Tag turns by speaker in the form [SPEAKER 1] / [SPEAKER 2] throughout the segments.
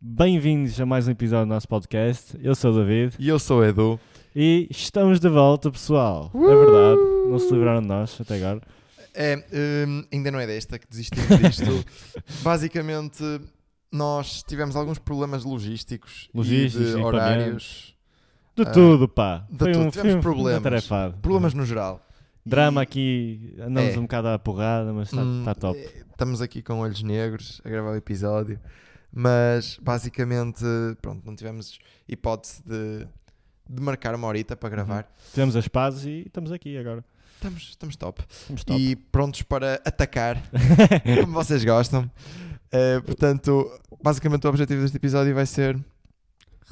[SPEAKER 1] Bem-vindos a mais um episódio do nosso podcast. Eu sou o David
[SPEAKER 2] E eu sou o Edu.
[SPEAKER 1] e estamos de volta, pessoal.
[SPEAKER 2] Uh!
[SPEAKER 1] É verdade, não se livraram de nós até agora.
[SPEAKER 2] É, hum, ainda não é desta que desistimos disto. Basicamente, nós tivemos alguns problemas logísticos,
[SPEAKER 1] Logísticos,
[SPEAKER 2] e de
[SPEAKER 1] equipamentos.
[SPEAKER 2] horários,
[SPEAKER 1] De
[SPEAKER 2] Ah,
[SPEAKER 1] tudo, pá. um
[SPEAKER 2] de tudo. Tivemos problemas.
[SPEAKER 1] atarefado.
[SPEAKER 2] problemas no geral.
[SPEAKER 1] Drama aqui, andamos
[SPEAKER 2] É.
[SPEAKER 1] um bocado à porrada, mas está
[SPEAKER 2] Hum,
[SPEAKER 1] top.
[SPEAKER 2] eh, Estamos aqui com olhos negros a gravar o episódio, mas basicamente, pronto, não tivemos hipótese de, de marcar uma horita para gravar.
[SPEAKER 1] Tivemos as pazes e estamos aqui agora.
[SPEAKER 2] Estamos, estamos top.
[SPEAKER 1] Estamos top.
[SPEAKER 2] E prontos para atacar, como vocês gostam. Eh, portanto, basicamente o objetivo deste episódio vai ser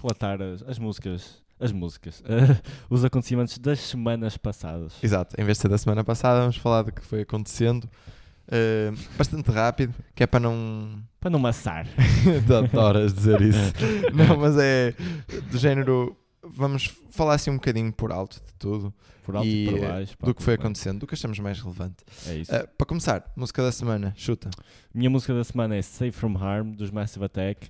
[SPEAKER 1] Relatar as, as músicas, as músicas, ah, os acontecimentos das semanas passadas.
[SPEAKER 2] Exato, em vez de ser da semana passada, vamos falar do que foi acontecendo. eh, bastante rápido, que é para não.
[SPEAKER 1] Para não maçar.
[SPEAKER 2] horas dizer isso. não, mas é do género. Vamos falar assim um bocadinho por alto de tudo,
[SPEAKER 1] Por alto e,
[SPEAKER 2] E,
[SPEAKER 1] por baixo. pá,
[SPEAKER 2] do que
[SPEAKER 1] por
[SPEAKER 2] foi
[SPEAKER 1] baixo.
[SPEAKER 2] acontecendo, do que achamos mais relevante.
[SPEAKER 1] É isso.
[SPEAKER 2] Eh, para começar, música da semana, chuta.
[SPEAKER 1] Minha música da semana é Safe From Harm, dos Massive Attack.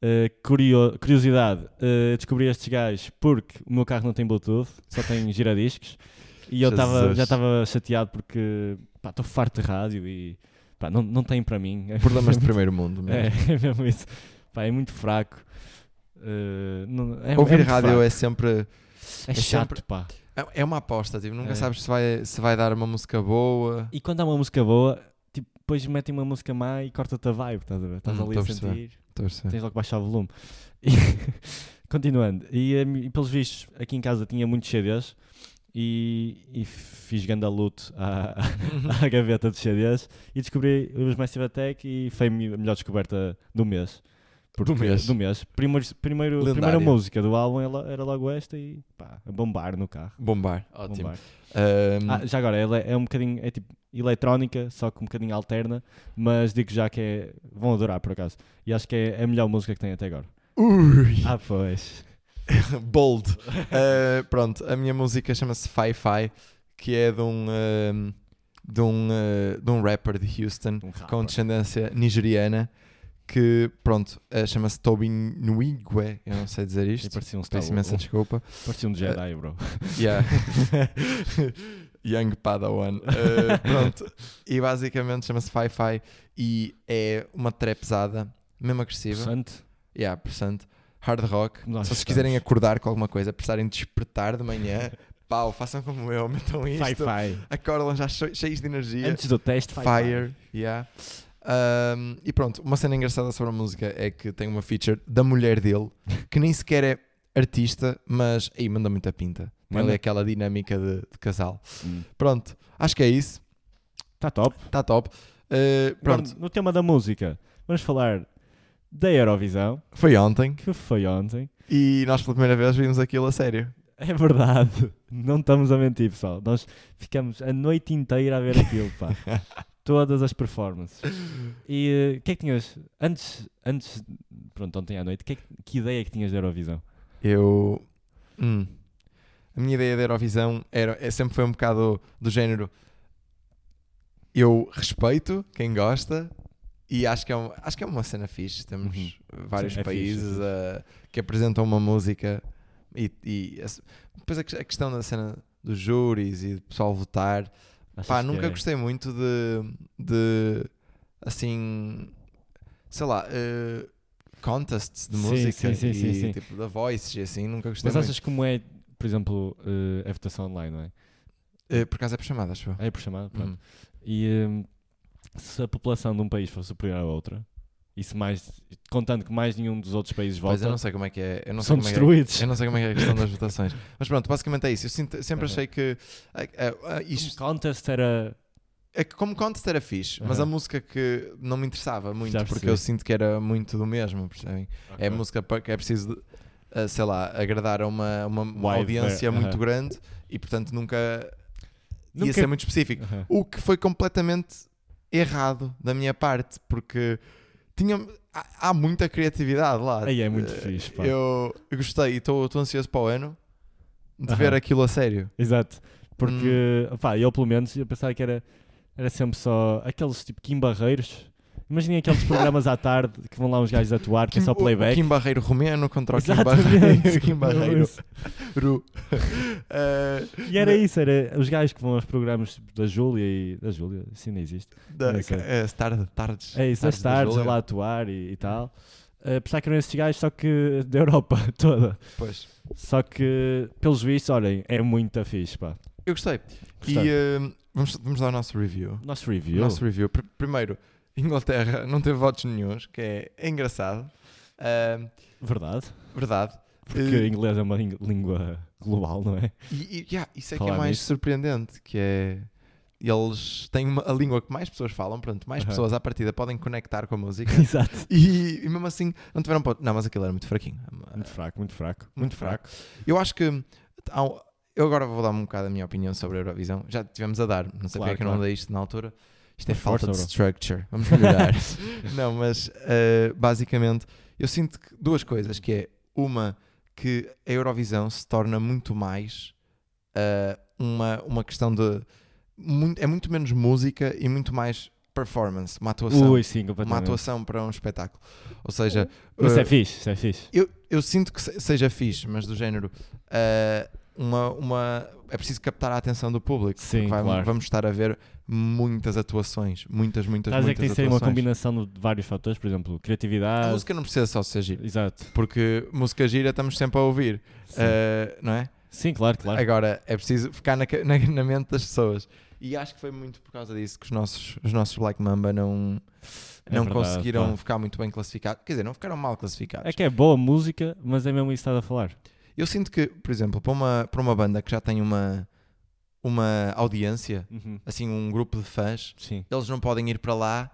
[SPEAKER 1] Uh, curio- curiosidade, uh, descobri estes gajos porque o meu carro não tem Bluetooth, só tem giradiscos. E eu tava,
[SPEAKER 2] Jesus.
[SPEAKER 1] já estava chateado porque estou farto de rádio e pá, não, não tem para mim.
[SPEAKER 2] Problemas de primeiro mundo.
[SPEAKER 1] é,
[SPEAKER 2] mesmo.
[SPEAKER 1] é mesmo isso. Pá, é muito fraco. Uh, não- é- é
[SPEAKER 2] Ouvir
[SPEAKER 1] muito
[SPEAKER 2] rádio
[SPEAKER 1] fraco.
[SPEAKER 2] é sempre.
[SPEAKER 1] é,
[SPEAKER 2] é
[SPEAKER 1] chato,
[SPEAKER 2] sempre-
[SPEAKER 1] pá.
[SPEAKER 2] É é uma aposta, tipo, nunca
[SPEAKER 1] É.
[SPEAKER 2] sabes se vai, se vai dar uma música boa.
[SPEAKER 1] E quando há uma música boa, tipo, depois metem uma música má e corta-te a vibe, estás a ver? Estás
[SPEAKER 2] Hum,
[SPEAKER 1] ali
[SPEAKER 2] tô
[SPEAKER 1] a
[SPEAKER 2] a perceber.
[SPEAKER 1] sentir.
[SPEAKER 2] Estou a perceber.
[SPEAKER 1] Tens logo que baixar o volume. E, continuando. E, hum, e pelos vistos, aqui em casa tinha muitos CDs e, e fiz ganda luto à,
[SPEAKER 2] Uhum.
[SPEAKER 1] à gaveta de CDs e descobri os Massive Attack e foi a mi- a melhor descoberta do mês.
[SPEAKER 2] Do mês.
[SPEAKER 1] Do mês. Primeiro, primeiro,
[SPEAKER 2] Lendária.
[SPEAKER 1] primeira música do álbum ela- era logo esta e pá, a bombar no carro.
[SPEAKER 2] Bombar, ótimo.
[SPEAKER 1] Bombar.
[SPEAKER 2] Ahm,
[SPEAKER 1] Ah, já agora, ela é um bocadinho, é tipo eletrónica, só que um bocadinho alterna, mas digo já que é, vão adorar por acaso. E acho que é a melhor música que tem até agora.
[SPEAKER 2] ui.
[SPEAKER 1] Ah, pois. Ah.
[SPEAKER 2] Bold. Uh, pronto, a minha música chama-se Fi-Fi, que é de um, um, de, um, uh, de um rapper de Houston
[SPEAKER 1] Um
[SPEAKER 2] com
[SPEAKER 1] rapper.
[SPEAKER 2] descendência nigeriana que, pronto, uh, chama-se Tobin Nuigwe. Eu não sei dizer
[SPEAKER 1] E
[SPEAKER 2] isto.
[SPEAKER 1] Parecia um, Star
[SPEAKER 2] Peço imensa
[SPEAKER 1] Wars.
[SPEAKER 2] desculpa.
[SPEAKER 1] parecia um Jedi, bro.
[SPEAKER 2] Yeah. Young Padawan. Uh, pronto. E basicamente chama-se Fi-Fi e é uma trap pesada, mesmo agressiva.
[SPEAKER 1] Interessante.
[SPEAKER 2] Yeah, pressante. Hard rock.
[SPEAKER 1] Nós
[SPEAKER 2] se
[SPEAKER 1] gostamos.
[SPEAKER 2] vocês quiserem acordar com alguma coisa, precisarem despertar de manhã, pau, façam como eu, metam isto.
[SPEAKER 1] Fai, fai.
[SPEAKER 2] Acordam já che- cheios de energia.
[SPEAKER 1] Antes do teste, fai, fai.
[SPEAKER 2] Fire. Yeah. Um, e pronto, uma cena engraçada sobre a música é que tem uma feature da mulher dele, que nem sequer é artista, mas aí manda muita pinta. Tem ali
[SPEAKER 1] Manda.
[SPEAKER 2] aquela dinâmica de, de casal.
[SPEAKER 1] Hum.
[SPEAKER 2] Pronto, acho que é isso.
[SPEAKER 1] Tá top.
[SPEAKER 2] Está top. Uh, pronto,
[SPEAKER 1] Agora, no tema da música, vamos falar da Eurovisão,
[SPEAKER 2] foi ontem
[SPEAKER 1] que foi ontem.
[SPEAKER 2] e nós pela primeira vez vimos aquilo a sério.
[SPEAKER 1] É verdade. Não estamos a mentir, pessoal. Nós ficamos a noite inteira a ver aquilo, pá. Todas as performances. E eh, o que é que tinhas? Antes, antes pronto, ontem à noite, que, é que, que ideia é que tinhas da Eurovisão?
[SPEAKER 2] Eu. Hum. A minha ideia da Eurovisão era, é, sempre foi um bocado do género. Eu respeito quem gosta e acho que é, um- acho que é uma cena fixe. Temos vários
[SPEAKER 1] Sim, é fixe, é
[SPEAKER 2] países
[SPEAKER 1] fixe.
[SPEAKER 2] ah, que apresentam uma música e, e esse- depois a, que- a questão da cena dos júris e do pessoal votar.
[SPEAKER 1] Achas
[SPEAKER 2] Pá,
[SPEAKER 1] que
[SPEAKER 2] nunca
[SPEAKER 1] é-
[SPEAKER 2] gostei muito de, de assim, sei lá, eh, contests de
[SPEAKER 1] Sim,
[SPEAKER 2] música
[SPEAKER 1] sim, sim,
[SPEAKER 2] e
[SPEAKER 1] sim, sim.
[SPEAKER 2] tipo da voice e assim, nunca gostei
[SPEAKER 1] Mas
[SPEAKER 2] muito.
[SPEAKER 1] achas como é, por exemplo, eh, a votação online, não é?
[SPEAKER 2] Eh, por acaso é por chamada, acho eu.
[SPEAKER 1] É por chamada, pronto.
[SPEAKER 2] Hum.
[SPEAKER 1] E hum, se a população de um país for superior à outra, e se mais, contando que mais nenhum dos outros países
[SPEAKER 2] Pois eu
[SPEAKER 1] volta,
[SPEAKER 2] não sei como é que é. Eu não sei
[SPEAKER 1] são
[SPEAKER 2] como é que é-
[SPEAKER 1] destruídos.
[SPEAKER 2] Eu não sei como é que é a questão das votações. Mas pronto, basicamente é isso. Eu sinto- sempre
[SPEAKER 1] Aham.
[SPEAKER 2] achei que. ah, ah, ah,
[SPEAKER 1] O
[SPEAKER 2] isto,
[SPEAKER 1] Um contest era.
[SPEAKER 2] é que como contest era fixe, mas a
[SPEAKER 1] Aham.
[SPEAKER 2] música que não me interessava muito,
[SPEAKER 1] Já
[SPEAKER 2] porque
[SPEAKER 1] percebi.
[SPEAKER 2] eu sinto que era muito do mesmo, percebem? É música pa- que é preciso, ah, sei lá, agradar a uma, uma- uma
[SPEAKER 1] Wide, né?
[SPEAKER 2] audiência
[SPEAKER 1] aham.
[SPEAKER 2] muito grande e portanto nunca, ia
[SPEAKER 1] Nunca-
[SPEAKER 2] ser muito específico.
[SPEAKER 1] Aham.
[SPEAKER 2] O que foi completamente errado da minha parte, porque tinha, há, há muita criatividade lá.
[SPEAKER 1] Aí é muito
[SPEAKER 2] Eh,
[SPEAKER 1] fixe, pá.
[SPEAKER 2] Eu, eu gostei e estou estou ansioso para o ano de
[SPEAKER 1] Aham.
[SPEAKER 2] ver aquilo a sério.
[SPEAKER 1] Exato.
[SPEAKER 2] Hum.
[SPEAKER 1] Porque, opá, eu pelo menos eu pensava que era, era sempre só aqueles tipo Kim Barreiros Imaginem aqueles programas à tarde que vão lá uns gajos atuar, que é
[SPEAKER 2] Kim-
[SPEAKER 1] só
[SPEAKER 2] o-
[SPEAKER 1] playback.
[SPEAKER 2] O Kim Barreiro romeno contra o Kim
[SPEAKER 1] Exatamente.
[SPEAKER 2] Barreiro. Kim Barreiro. Ru. Eh,
[SPEAKER 1] E era isso, era os gajos que vão aos programas tipo, da Júlia e. Da Júlia, assim não existe.
[SPEAKER 2] da,
[SPEAKER 1] Não sei.
[SPEAKER 2] eh, tarde, tardes.
[SPEAKER 1] É isso, as
[SPEAKER 2] da
[SPEAKER 1] tardes, a
[SPEAKER 2] Júlia.
[SPEAKER 1] lá atuar e, e tal. Uh, pensar que eram esses gajos, só que da Europa toda.
[SPEAKER 2] Pois.
[SPEAKER 1] Só que, pelos vistos, olhem, é muito fixe, pá.
[SPEAKER 2] Eu gostei.
[SPEAKER 1] Gostei.
[SPEAKER 2] E eh, vamos, vamos dar o nosso review.
[SPEAKER 1] Nosso review.
[SPEAKER 2] Nosso review. Pr- primeiro, Inglaterra não teve votos nenhuns, que é, é engraçado. Eh,
[SPEAKER 1] Verdade.
[SPEAKER 2] verdade.
[SPEAKER 1] Porque
[SPEAKER 2] Eh,
[SPEAKER 1] inglês é uma ing- língua global, não é?
[SPEAKER 2] E, e, yeah, isso é que
[SPEAKER 1] Falar
[SPEAKER 2] é mais
[SPEAKER 1] nisso.
[SPEAKER 2] surpreendente, que é eles têm uma- a língua que mais pessoas falam, portanto, mais
[SPEAKER 1] Aham.
[SPEAKER 2] pessoas à partida podem conectar com a música
[SPEAKER 1] Exato.
[SPEAKER 2] e, e mesmo assim não tiveram ponto. Não, mas aquilo era muito fraquinho.
[SPEAKER 1] Muito fraco, muito fraco. Muito fraco.
[SPEAKER 2] Eu acho que há um- eu agora vou dar um bocado a minha opinião sobre a Eurovisão. Já tivemos a dar, não
[SPEAKER 1] Claro,
[SPEAKER 2] sei porque é que eu não
[SPEAKER 1] claro.
[SPEAKER 2] dei isto na altura. Isto é
[SPEAKER 1] Mas
[SPEAKER 2] falta de
[SPEAKER 1] força, bro.
[SPEAKER 2] structure. Vamos melhorar. não, mas eh, basicamente eu sinto que duas coisas: que é uma que a Eurovisão se torna muito mais eh, uma, uma questão de muito- é muito menos música e muito mais performance, uma atuação.
[SPEAKER 1] Ui, sim,
[SPEAKER 2] uma
[SPEAKER 1] completamente.
[SPEAKER 2] atuação para um espetáculo. Ou seja,
[SPEAKER 1] Mas
[SPEAKER 2] eh,
[SPEAKER 1] é fixe, isso é fixe.
[SPEAKER 2] eu, eu sinto que se- seja fixe, mas do género. ah, uma, uma, é preciso captar a atenção do público.
[SPEAKER 1] Sim,
[SPEAKER 2] porque vai-
[SPEAKER 1] claro.
[SPEAKER 2] Vamos estar a ver muitas atuações. Muitas, muitas,
[SPEAKER 1] Estás a dizer que
[SPEAKER 2] muitas
[SPEAKER 1] tem que ser uma
[SPEAKER 2] atuações.
[SPEAKER 1] combinação de vários fatores, por exemplo,
[SPEAKER 2] A
[SPEAKER 1] criatividade.
[SPEAKER 2] música não precisa só ser gira.
[SPEAKER 1] Exato.
[SPEAKER 2] Porque música gira estamos sempre a ouvir,
[SPEAKER 1] Sim.
[SPEAKER 2] ah, não é?
[SPEAKER 1] Sim, claro, claro.
[SPEAKER 2] Agora é preciso ficar na, ca- na, na mente das pessoas. E acho que foi muito por causa disso que os nossos, os nossos Black Mamba não,
[SPEAKER 1] É
[SPEAKER 2] não
[SPEAKER 1] verdade,
[SPEAKER 2] conseguiram
[SPEAKER 1] pá.
[SPEAKER 2] ficar muito bem classificados. Quer dizer, não ficaram mal classificados.
[SPEAKER 1] É que é boa música, mas é mesmo isso que estás a falar.
[SPEAKER 2] Eu sinto que, por exemplo, para uma, para uma banda que já tem uma, uma audiência,
[SPEAKER 1] Uhum.
[SPEAKER 2] assim, um grupo de fãs,
[SPEAKER 1] Sim.
[SPEAKER 2] eles não podem ir para lá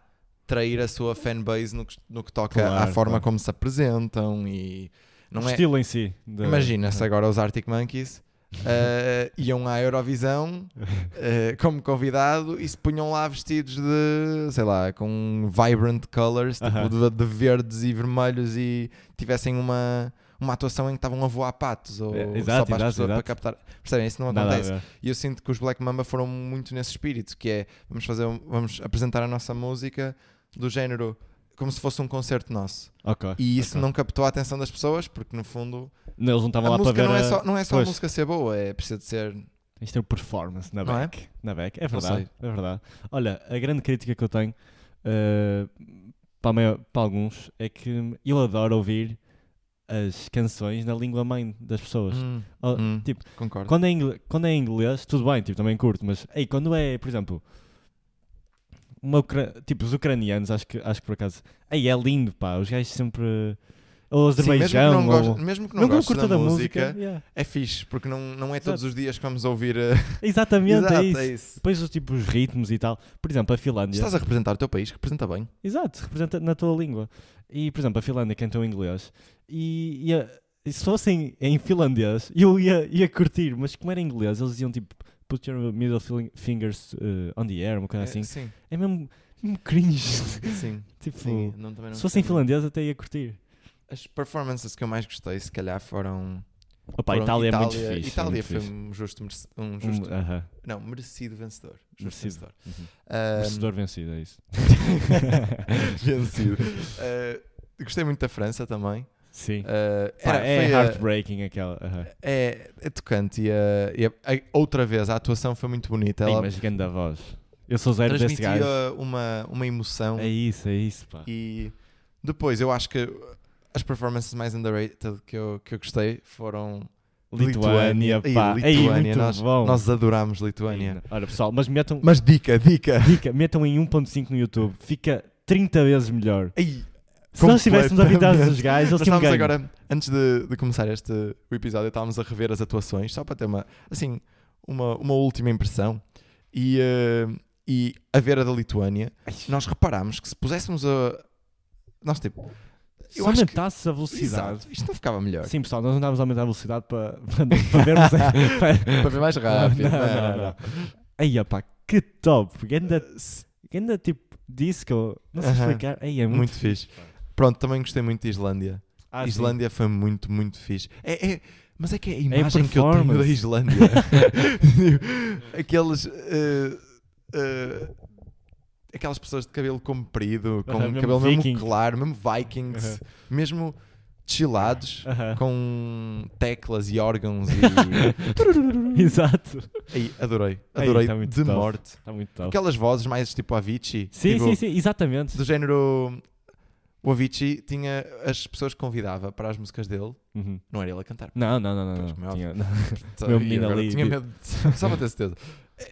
[SPEAKER 2] trair a sua fanbase no que, no que toca à
[SPEAKER 1] Claro,
[SPEAKER 2] forma
[SPEAKER 1] claro.
[SPEAKER 2] como se apresentam e. Não
[SPEAKER 1] o
[SPEAKER 2] é,
[SPEAKER 1] estilo em si. da-
[SPEAKER 2] Imagina se agora os Arctic Monkeys eh, iam à Eurovisão eh, como convidado e se punham lá vestidos de, sei lá, com um vibrant colors, tipo
[SPEAKER 1] Aham.
[SPEAKER 2] de, de verdes e vermelhos e tivessem uma, uma atuação em que estavam a voar patos ou
[SPEAKER 1] É,
[SPEAKER 2] só
[SPEAKER 1] exato,
[SPEAKER 2] para
[SPEAKER 1] exato,
[SPEAKER 2] as pessoas para
[SPEAKER 1] exato.
[SPEAKER 2] captar. Percebem? Isso não
[SPEAKER 1] Nada a
[SPEAKER 2] acontece.
[SPEAKER 1] ver.
[SPEAKER 2] E eu sinto que os Black Mamba foram muito nesse espírito, que é vamos fazer, um- vamos apresentar a nossa música do género como se fosse um concerto nosso.
[SPEAKER 1] Ok.
[SPEAKER 2] E isso
[SPEAKER 1] ok.
[SPEAKER 2] não captou a atenção das pessoas, porque no fundo
[SPEAKER 1] Não, Eles não estavam
[SPEAKER 2] a
[SPEAKER 1] lá para
[SPEAKER 2] música
[SPEAKER 1] ver.
[SPEAKER 2] não é
[SPEAKER 1] a-
[SPEAKER 2] só, não é só a
[SPEAKER 1] Pois.
[SPEAKER 2] música ser boa, é preciso de ser.
[SPEAKER 1] Isto é o performance na
[SPEAKER 2] Não é?
[SPEAKER 1] back. Na back, é
[SPEAKER 2] Não
[SPEAKER 1] verdade. É verdade. Olha, a grande crítica que eu tenho eh, para, a maior- para alguns é que eu adoro ouvir as canções na língua mãe das pessoas.
[SPEAKER 2] Hum,
[SPEAKER 1] Oh, tipo,
[SPEAKER 2] concordo.
[SPEAKER 1] Quando é, ingle- quando é em inglês, tudo bem, tipo, também curto, mas ei, quando é, por exemplo, uma ucra- tipo, os ucranianos, acho que, acho que por acaso, ei, é lindo, pá, os gajos sempre. Ou
[SPEAKER 2] Sim, mesmo que não,
[SPEAKER 1] Azerbaijão, ou-
[SPEAKER 2] goste- mesmo que não
[SPEAKER 1] Mesmo que não
[SPEAKER 2] gostes
[SPEAKER 1] curta
[SPEAKER 2] da, música,
[SPEAKER 1] yeah.
[SPEAKER 2] é fixe, porque não, não é todos os dias que vamos ouvir. uh,
[SPEAKER 1] Exatamente,
[SPEAKER 2] Exato,
[SPEAKER 1] é isso. Depois os tipos os ritmos e tal. Por exemplo, a Finlândia.
[SPEAKER 2] Estás a representar o teu país, representa bem.
[SPEAKER 1] Exato, representa na tua língua. E, por exemplo, a Finlândia cantou em inglês. E, e a- e se fossem em finlandês, eu ia, ia curtir. Mas como era em inglês, eles diziam tipo put your middle fil- fingers eh, on the air, uma coisa assim.
[SPEAKER 2] É, sim,
[SPEAKER 1] É mesmo, mesmo cringe.
[SPEAKER 2] sim.
[SPEAKER 1] tipo,
[SPEAKER 2] sim. Não, também não
[SPEAKER 1] se fossem em
[SPEAKER 2] gostei muito.
[SPEAKER 1] finlandês, até ia curtir.
[SPEAKER 2] As performances que eu mais gostei, se calhar, foram.
[SPEAKER 1] Opa,
[SPEAKER 2] foram
[SPEAKER 1] Itália, é muito fixe. é
[SPEAKER 2] Itália
[SPEAKER 1] muito
[SPEAKER 2] foi
[SPEAKER 1] fixe.
[SPEAKER 2] um justo. merece- Um
[SPEAKER 1] Um-
[SPEAKER 2] justo
[SPEAKER 1] aham,
[SPEAKER 2] Não, merecido vencedor. Justo
[SPEAKER 1] Merecido.
[SPEAKER 2] vencedor.
[SPEAKER 1] uhum.
[SPEAKER 2] Ah,
[SPEAKER 1] Vencedor vencido, é isso.
[SPEAKER 2] vencido. Ah, gostei muito da França também.
[SPEAKER 1] Sim.
[SPEAKER 2] Uh,
[SPEAKER 1] Pá,
[SPEAKER 2] era-
[SPEAKER 1] é
[SPEAKER 2] foi a-
[SPEAKER 1] heartbreaking aquela. aham.
[SPEAKER 2] é, é tocante e, a, e a- a- outra vez a atuação foi muito bonita.
[SPEAKER 1] Ei,
[SPEAKER 2] Ela
[SPEAKER 1] mas grande a voz. Eu sou zero desse
[SPEAKER 2] transmitia
[SPEAKER 1] gajo.
[SPEAKER 2] uma, uma emoção
[SPEAKER 1] É isso, é isso, pá.
[SPEAKER 2] e depois eu acho que as performances mais underrated que eu, que eu gostei foram
[SPEAKER 1] Lituânia,
[SPEAKER 2] Ei,
[SPEAKER 1] pá. Ei,
[SPEAKER 2] Lituânia,
[SPEAKER 1] muito
[SPEAKER 2] nós,
[SPEAKER 1] bom.
[SPEAKER 2] nós adorámos Lituânia.
[SPEAKER 1] Ei, Olha, pessoal, mas metam,
[SPEAKER 2] Mas dica, dica.
[SPEAKER 1] dica, metam em 1.5 no YouTube. Fica 30 vezes melhor.
[SPEAKER 2] Ei,
[SPEAKER 1] Se nós estivéssemos habitados
[SPEAKER 2] completamente.
[SPEAKER 1] dos gajos, eles
[SPEAKER 2] Nós
[SPEAKER 1] tinham
[SPEAKER 2] estávamos
[SPEAKER 1] ganho.
[SPEAKER 2] agora, antes de, de começar este o episódio, estávamos a rever as atuações, só para ter uma, assim, uma, uma última impressão. E, eh, e a ver a da Lituânia, nós reparámos que se puséssemos a. Nós, tipo,
[SPEAKER 1] Se
[SPEAKER 2] eu acho que.
[SPEAKER 1] aumentasses a velocidade.
[SPEAKER 2] Exato, isto não ficava melhor.
[SPEAKER 1] Sim, pessoal, nós não estávamos a aumentar a velocidade para, para, para vermos. a-
[SPEAKER 2] Para ver mais rápido.
[SPEAKER 1] Não, não, não. Aí, pá, que top. Ganda,
[SPEAKER 2] S-
[SPEAKER 1] ganda tipo disco. Não sei
[SPEAKER 2] Uh, Aham.
[SPEAKER 1] explicar. Aí é
[SPEAKER 2] Muito,
[SPEAKER 1] muito.
[SPEAKER 2] fixe. Pronto, também gostei muito de Islândia.
[SPEAKER 1] Ah, sim.
[SPEAKER 2] Islândia foi muito, muito fixe. É, é- mas é que é a imagem que eu tenho
[SPEAKER 1] performance.
[SPEAKER 2] da Islândia. Aqueles. eh, eh, aquelas pessoas de cabelo comprido, com
[SPEAKER 1] Aham, mesmo
[SPEAKER 2] cabelo
[SPEAKER 1] viking.
[SPEAKER 2] mesmo claro, mesmo vikings, mesmo chilados,
[SPEAKER 1] Aham.
[SPEAKER 2] com teclas e órgãos e...
[SPEAKER 1] Exato.
[SPEAKER 2] Aí, adorei,
[SPEAKER 1] Aí,
[SPEAKER 2] adorei
[SPEAKER 1] tá muito
[SPEAKER 2] de
[SPEAKER 1] top.
[SPEAKER 2] morte.
[SPEAKER 1] Está muito top.
[SPEAKER 2] Aquelas vozes mais tipo Avicii,
[SPEAKER 1] Sim,
[SPEAKER 2] tipo,
[SPEAKER 1] sim, sim, exatamente.
[SPEAKER 2] do género... O Avicii tinha as pessoas que convidava para as músicas dele,
[SPEAKER 1] Uhum.
[SPEAKER 2] não era ele a cantar.
[SPEAKER 1] Não, não, não, não.
[SPEAKER 2] Pois,
[SPEAKER 1] não.
[SPEAKER 2] como é
[SPEAKER 1] Tinha- não.
[SPEAKER 2] Só-
[SPEAKER 1] Meu
[SPEAKER 2] e
[SPEAKER 1] menino
[SPEAKER 2] agora
[SPEAKER 1] ali,
[SPEAKER 2] Tinha
[SPEAKER 1] que-
[SPEAKER 2] medo, de- só para ter certeza.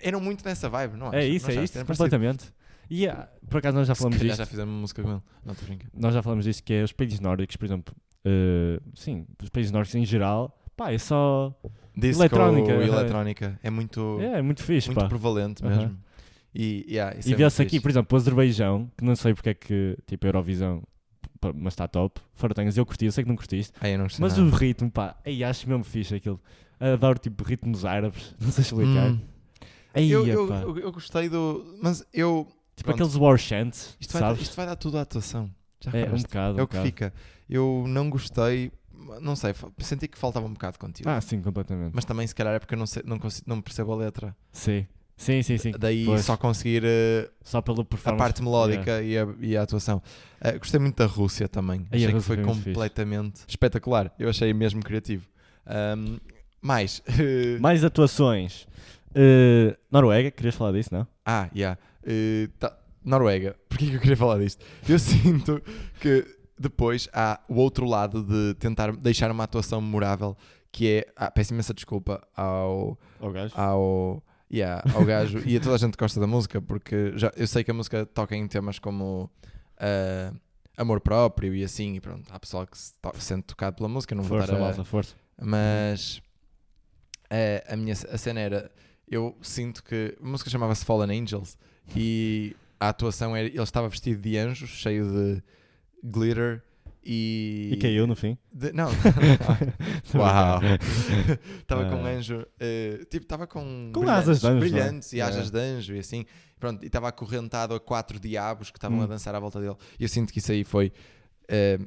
[SPEAKER 2] Eram muito nessa vibe, não
[SPEAKER 1] É
[SPEAKER 2] achas?
[SPEAKER 1] isso,
[SPEAKER 2] Não
[SPEAKER 1] é
[SPEAKER 2] achaste?
[SPEAKER 1] isso,
[SPEAKER 2] Era parecido.
[SPEAKER 1] completamente. E ah, por acaso nós já
[SPEAKER 2] Se
[SPEAKER 1] falamos
[SPEAKER 2] calhar
[SPEAKER 1] disto.
[SPEAKER 2] já fizemos uma música com ele. Não, estou brincando.
[SPEAKER 1] Nós já falamos disto que é os países nórdicos, por exemplo. eh, sim, os países nórdicos em geral. Pá, é só.
[SPEAKER 2] Disco
[SPEAKER 1] Eletrónica,
[SPEAKER 2] eletrónica,
[SPEAKER 1] aham.
[SPEAKER 2] eletrónica. É muito,
[SPEAKER 1] É, é muito fixe,
[SPEAKER 2] muito
[SPEAKER 1] pá.
[SPEAKER 2] prevalente
[SPEAKER 1] Aham.
[SPEAKER 2] mesmo. E, yeah, isso
[SPEAKER 1] E
[SPEAKER 2] é
[SPEAKER 1] vê-se
[SPEAKER 2] muito
[SPEAKER 1] aqui,
[SPEAKER 2] fixe.
[SPEAKER 1] por exemplo, o Azerbaijão, que não sei porque é que, tipo, a Eurovisão, pá, mas está top. Fartangas, eu curti, eu sei que não curtiste.
[SPEAKER 2] Ai, eu não gostei
[SPEAKER 1] Mas
[SPEAKER 2] nada.
[SPEAKER 1] o ritmo, pá, aí acho mesmo fixe aquilo. Adoro, tipo, ritmos árabes, não sei explicar.
[SPEAKER 2] Hum.
[SPEAKER 1] Aí,
[SPEAKER 2] eu, eu,
[SPEAKER 1] pá.
[SPEAKER 2] eu, eu gostei do. Mas eu.
[SPEAKER 1] tipo,
[SPEAKER 2] pronto.
[SPEAKER 1] aqueles war chants,
[SPEAKER 2] Isto vai,
[SPEAKER 1] sabes?
[SPEAKER 2] isto vai dar tudo à atuação. Já
[SPEAKER 1] é, um
[SPEAKER 2] reparaste?
[SPEAKER 1] bocado,
[SPEAKER 2] é
[SPEAKER 1] um
[SPEAKER 2] o que
[SPEAKER 1] bocado.
[SPEAKER 2] fica. Eu não gostei. Não sei, fa- senti que faltava um bocado de conteúdo.
[SPEAKER 1] Ah, sim, completamente.
[SPEAKER 2] Mas também, se calhar, é porque eu não, sei, não, consigo, não percebo a letra.
[SPEAKER 1] Sim, sim, sim, sim.
[SPEAKER 2] Daí
[SPEAKER 1] Pois.
[SPEAKER 2] só conseguir eh,
[SPEAKER 1] Só pelo
[SPEAKER 2] a
[SPEAKER 1] performance.
[SPEAKER 2] parte melódica e, a, e a atuação. Eh, gostei muito da Rússia também.
[SPEAKER 1] Aí a
[SPEAKER 2] achei que
[SPEAKER 1] Rússia
[SPEAKER 2] foi
[SPEAKER 1] foi muito fixe.
[SPEAKER 2] completamente espetacular. Eu achei mesmo criativo. Ahm, mais.
[SPEAKER 1] Yeah. Mais atuações. Eh, Noruega, querias falar disso, não?
[SPEAKER 2] Ah, yeah. Eh, tá- Noruega. Porquê que eu queria falar disto? Eu sinto que depois há o outro lado de tentar deixar uma atuação memorável que é. Ah, peço imensa desculpa ao.
[SPEAKER 1] Ao gajo.
[SPEAKER 2] Ah, ao, yeah, ao gajo e a toda a gente que gosta da música, porque já, eu sei que a música toca em temas como ah, amor próprio e assim, e pronto, há pessoal que se to- se sente tocado pela música, não vou
[SPEAKER 1] força,
[SPEAKER 2] estar a,
[SPEAKER 1] malta, força.
[SPEAKER 2] mas eh, a, minha c- a cena era eu sinto que a música chamava-se Fallen Angels e a atuação era ele estava vestido de anjos cheio de glitter e,
[SPEAKER 1] E caiu no fim. É
[SPEAKER 2] de- não
[SPEAKER 1] Uau.
[SPEAKER 2] Uau. estava com um
[SPEAKER 1] Ah.
[SPEAKER 2] anjo eh, tipo estava com,
[SPEAKER 1] Com
[SPEAKER 2] brilhantes-
[SPEAKER 1] asas de anjo,
[SPEAKER 2] brilhantes
[SPEAKER 1] não é?
[SPEAKER 2] e
[SPEAKER 1] É.
[SPEAKER 2] asas de anjo e assim pronto e estava acorrentado a quatro diabos que estavam
[SPEAKER 1] Hum.
[SPEAKER 2] a dançar à volta dele e eu sinto que isso aí foi eh,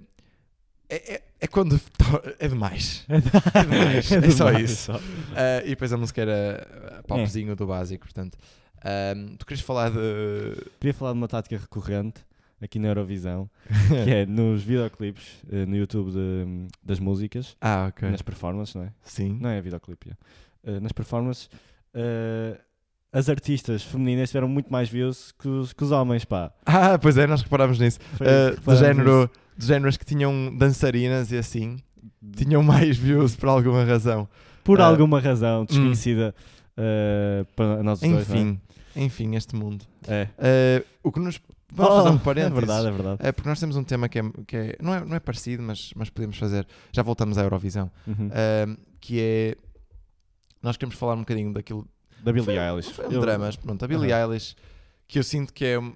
[SPEAKER 2] é, é, é quando to- é demais demais, é só
[SPEAKER 1] demais,
[SPEAKER 2] isso. Ah, e depois a música era ah,
[SPEAKER 1] É.
[SPEAKER 2] popzinho do básico, portanto. Ahm, tu querias falar de.
[SPEAKER 1] Queria falar de uma tática recorrente aqui na Eurovisão, que é nos videoclipes, eh, no YouTube de- das músicas,
[SPEAKER 2] Ah, ok.
[SPEAKER 1] nas performances, não é?
[SPEAKER 2] Sim.
[SPEAKER 1] Não é videoclipe, é. Eh, nas performances, eh, as artistas femininas tiveram muito mais views que os, que os homens, pá.
[SPEAKER 2] Ah, pois é, nós reparámos nisso.
[SPEAKER 1] Foi-
[SPEAKER 2] Ah, do,
[SPEAKER 1] reparamos
[SPEAKER 2] género, do género as que tinham dançarinas e assim,
[SPEAKER 1] nisso.
[SPEAKER 2] tinham mais views por alguma razão.
[SPEAKER 1] Por
[SPEAKER 2] Ah.
[SPEAKER 1] alguma razão desconhecida eh, para nós os dois, não é?
[SPEAKER 2] Enfim, enfim, este mundo.
[SPEAKER 1] É.
[SPEAKER 2] Ah, o que nos. Vamos fazer um parênteses.
[SPEAKER 1] É verdade, é verdade.
[SPEAKER 2] Ah, porque nós temos um tema que é. Que é- não, é não é parecido, mas, mas podemos fazer. Já voltamos à Eurovisão.
[SPEAKER 1] Uhum.
[SPEAKER 2] Ahm, que é. Nós queremos falar um bocadinho daquilo
[SPEAKER 1] da Billie Eilish.
[SPEAKER 2] Foi um
[SPEAKER 1] Eu-
[SPEAKER 2] drama, mas pronto, a Billie Eilish, que eu sinto que é um-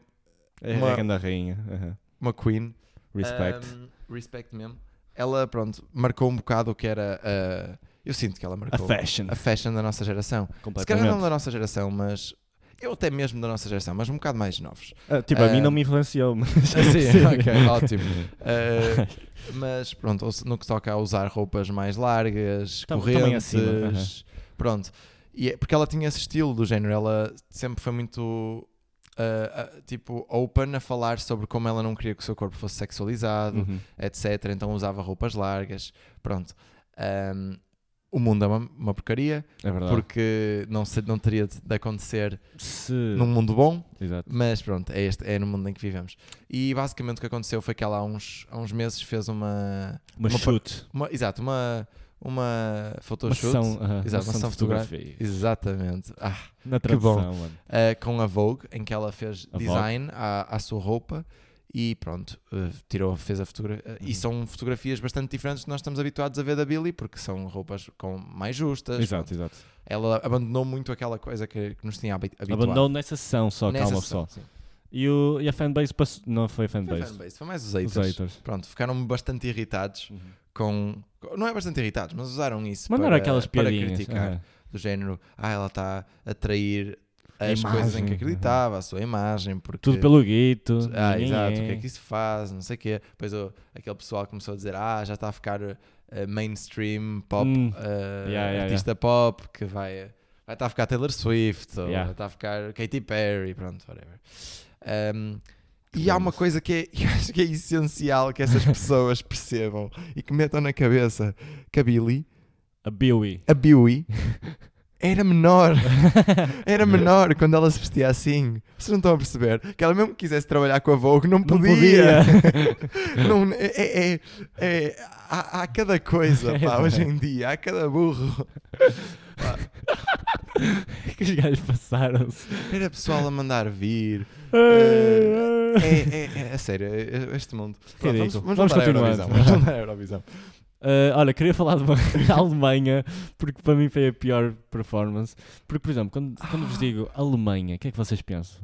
[SPEAKER 1] É é
[SPEAKER 2] uma-
[SPEAKER 1] a grande rainha. aham.
[SPEAKER 2] uma queen.
[SPEAKER 1] Respect.
[SPEAKER 2] Um, respect mesmo. Ela, pronto, marcou um bocado o que era a... Eu sinto que ela
[SPEAKER 1] a
[SPEAKER 2] marcou
[SPEAKER 1] fashion.
[SPEAKER 2] a fashion da nossa geração. Se Ah, calhar
[SPEAKER 1] completamente.
[SPEAKER 2] não da nossa geração, mas... Eu até mesmo da nossa geração, mas um bocado mais novos.
[SPEAKER 1] Ah, tipo, a mim não
[SPEAKER 2] Um,
[SPEAKER 1] me influenciou, mas.
[SPEAKER 2] Ah, sim, ok, ótimo. Uh, mas pronto, ou se- no que toca a usar roupas mais largas,
[SPEAKER 1] Tam- também
[SPEAKER 2] correntes,
[SPEAKER 1] acima, aham.
[SPEAKER 2] pronto. E é- porque ela tinha esse estilo do género, ela sempre foi muito ah, ah, tipo open a falar sobre como ela não queria que o seu corpo fosse sexualizado,
[SPEAKER 1] Uhum.
[SPEAKER 2] etc. Então usava roupas largas, pronto. Ahm, o mundo é uma, uma porcaria
[SPEAKER 1] É verdade.
[SPEAKER 2] porque não, se, não teria de de acontecer
[SPEAKER 1] Se...
[SPEAKER 2] num mundo bom.
[SPEAKER 1] Exato.
[SPEAKER 2] Mas pronto, é, este, é no mundo em que vivemos. E basicamente o que aconteceu foi que ela há uns, há uns meses fez uma,
[SPEAKER 1] Uma,
[SPEAKER 2] Uma
[SPEAKER 1] chute.
[SPEAKER 2] uma- Exato, uma. Uma
[SPEAKER 1] Uma
[SPEAKER 2] photoshoot.
[SPEAKER 1] sessão, aham,
[SPEAKER 2] Exato, uma
[SPEAKER 1] sessão
[SPEAKER 2] sessão
[SPEAKER 1] de fotografia.
[SPEAKER 2] Exatamente. Ah,
[SPEAKER 1] Na
[SPEAKER 2] Que bom.
[SPEAKER 1] tradução, mano.
[SPEAKER 2] eh, com a Vogue, em que ela fez
[SPEAKER 1] A Vogue.
[SPEAKER 2] design à, à sua roupa e pronto, eh, tirou, fez a fotografia.
[SPEAKER 1] Uhum.
[SPEAKER 2] E são fotografias bastante diferentes que nós estamos habituados a ver da Billy, porque são roupas com mais justas.
[SPEAKER 1] Exato,
[SPEAKER 2] pronto.
[SPEAKER 1] exato.
[SPEAKER 2] Ela abandonou muito aquela coisa que, que nos tinha habi- habituado.
[SPEAKER 1] Abandonou nessa sessão só,
[SPEAKER 2] Nessa
[SPEAKER 1] calma
[SPEAKER 2] sessão,
[SPEAKER 1] só.
[SPEAKER 2] sim.
[SPEAKER 1] E, o, e a fanbase passou. Não foi a
[SPEAKER 2] Foi,
[SPEAKER 1] fanbase.
[SPEAKER 2] fanbase, foi mais os
[SPEAKER 1] Os
[SPEAKER 2] haters.
[SPEAKER 1] haters.
[SPEAKER 2] Pronto, ficaram bastante irritados
[SPEAKER 1] Uhum.
[SPEAKER 2] com. Não é bastante irritados, mas usaram isso
[SPEAKER 1] Mandaram
[SPEAKER 2] para,
[SPEAKER 1] aquelas
[SPEAKER 2] para
[SPEAKER 1] piadinhas. é.
[SPEAKER 2] criticar.
[SPEAKER 1] aham.
[SPEAKER 2] Do género, ah, ela está a trair as
[SPEAKER 1] A
[SPEAKER 2] coisas em
[SPEAKER 1] imagem,
[SPEAKER 2] que acreditava, a sua imagem, porque.
[SPEAKER 1] Tudo pelo guito.
[SPEAKER 2] Ah,
[SPEAKER 1] ninguém
[SPEAKER 2] exato, o que é que isso faz, não sei o quê. Depois o- aquele pessoal começou a dizer, ah, já está a ficar eh, mainstream pop,
[SPEAKER 1] Hum.
[SPEAKER 2] eh,
[SPEAKER 1] Yeah, yeah,
[SPEAKER 2] artista pop, que vai. Vai estar a ficar Taylor Swift, ou
[SPEAKER 1] Yeah.
[SPEAKER 2] vai estar a ficar Katy Perry, pronto, whatever. Um, e há uma coisa que, é, eu acho que é essencial que essas pessoas percebam e que metam na cabeça que a Billy,
[SPEAKER 1] A Billy.
[SPEAKER 2] a Billy, era menor. Era menor quando ela se vestia assim. Vocês não estão a perceber? Que ela mesmo que quisesse trabalhar com a Vogue, não
[SPEAKER 1] Não
[SPEAKER 2] podia.
[SPEAKER 1] podia.
[SPEAKER 2] Não, é, é, é- é- há, há cada coisa, pá, hoje em dia. Há cada burro.
[SPEAKER 1] que os gajos passaram-se.
[SPEAKER 2] Era pessoal a mandar vir.
[SPEAKER 1] É. Eh,
[SPEAKER 2] É, é, é, é sério, é- é este mundo. Pronto, vamos,
[SPEAKER 1] Ridículo.
[SPEAKER 2] vamos,
[SPEAKER 1] Vamos
[SPEAKER 2] voltar à
[SPEAKER 1] continuar.
[SPEAKER 2] Eurovisão. Vamos voltar à Eurovisão.
[SPEAKER 1] eh, olha, queria falar de uma da Alemanha, porque para mim foi a pior performance. Porque, por exemplo, quando, quando
[SPEAKER 2] Ah.
[SPEAKER 1] vos digo Alemanha, o que é que vocês pensam?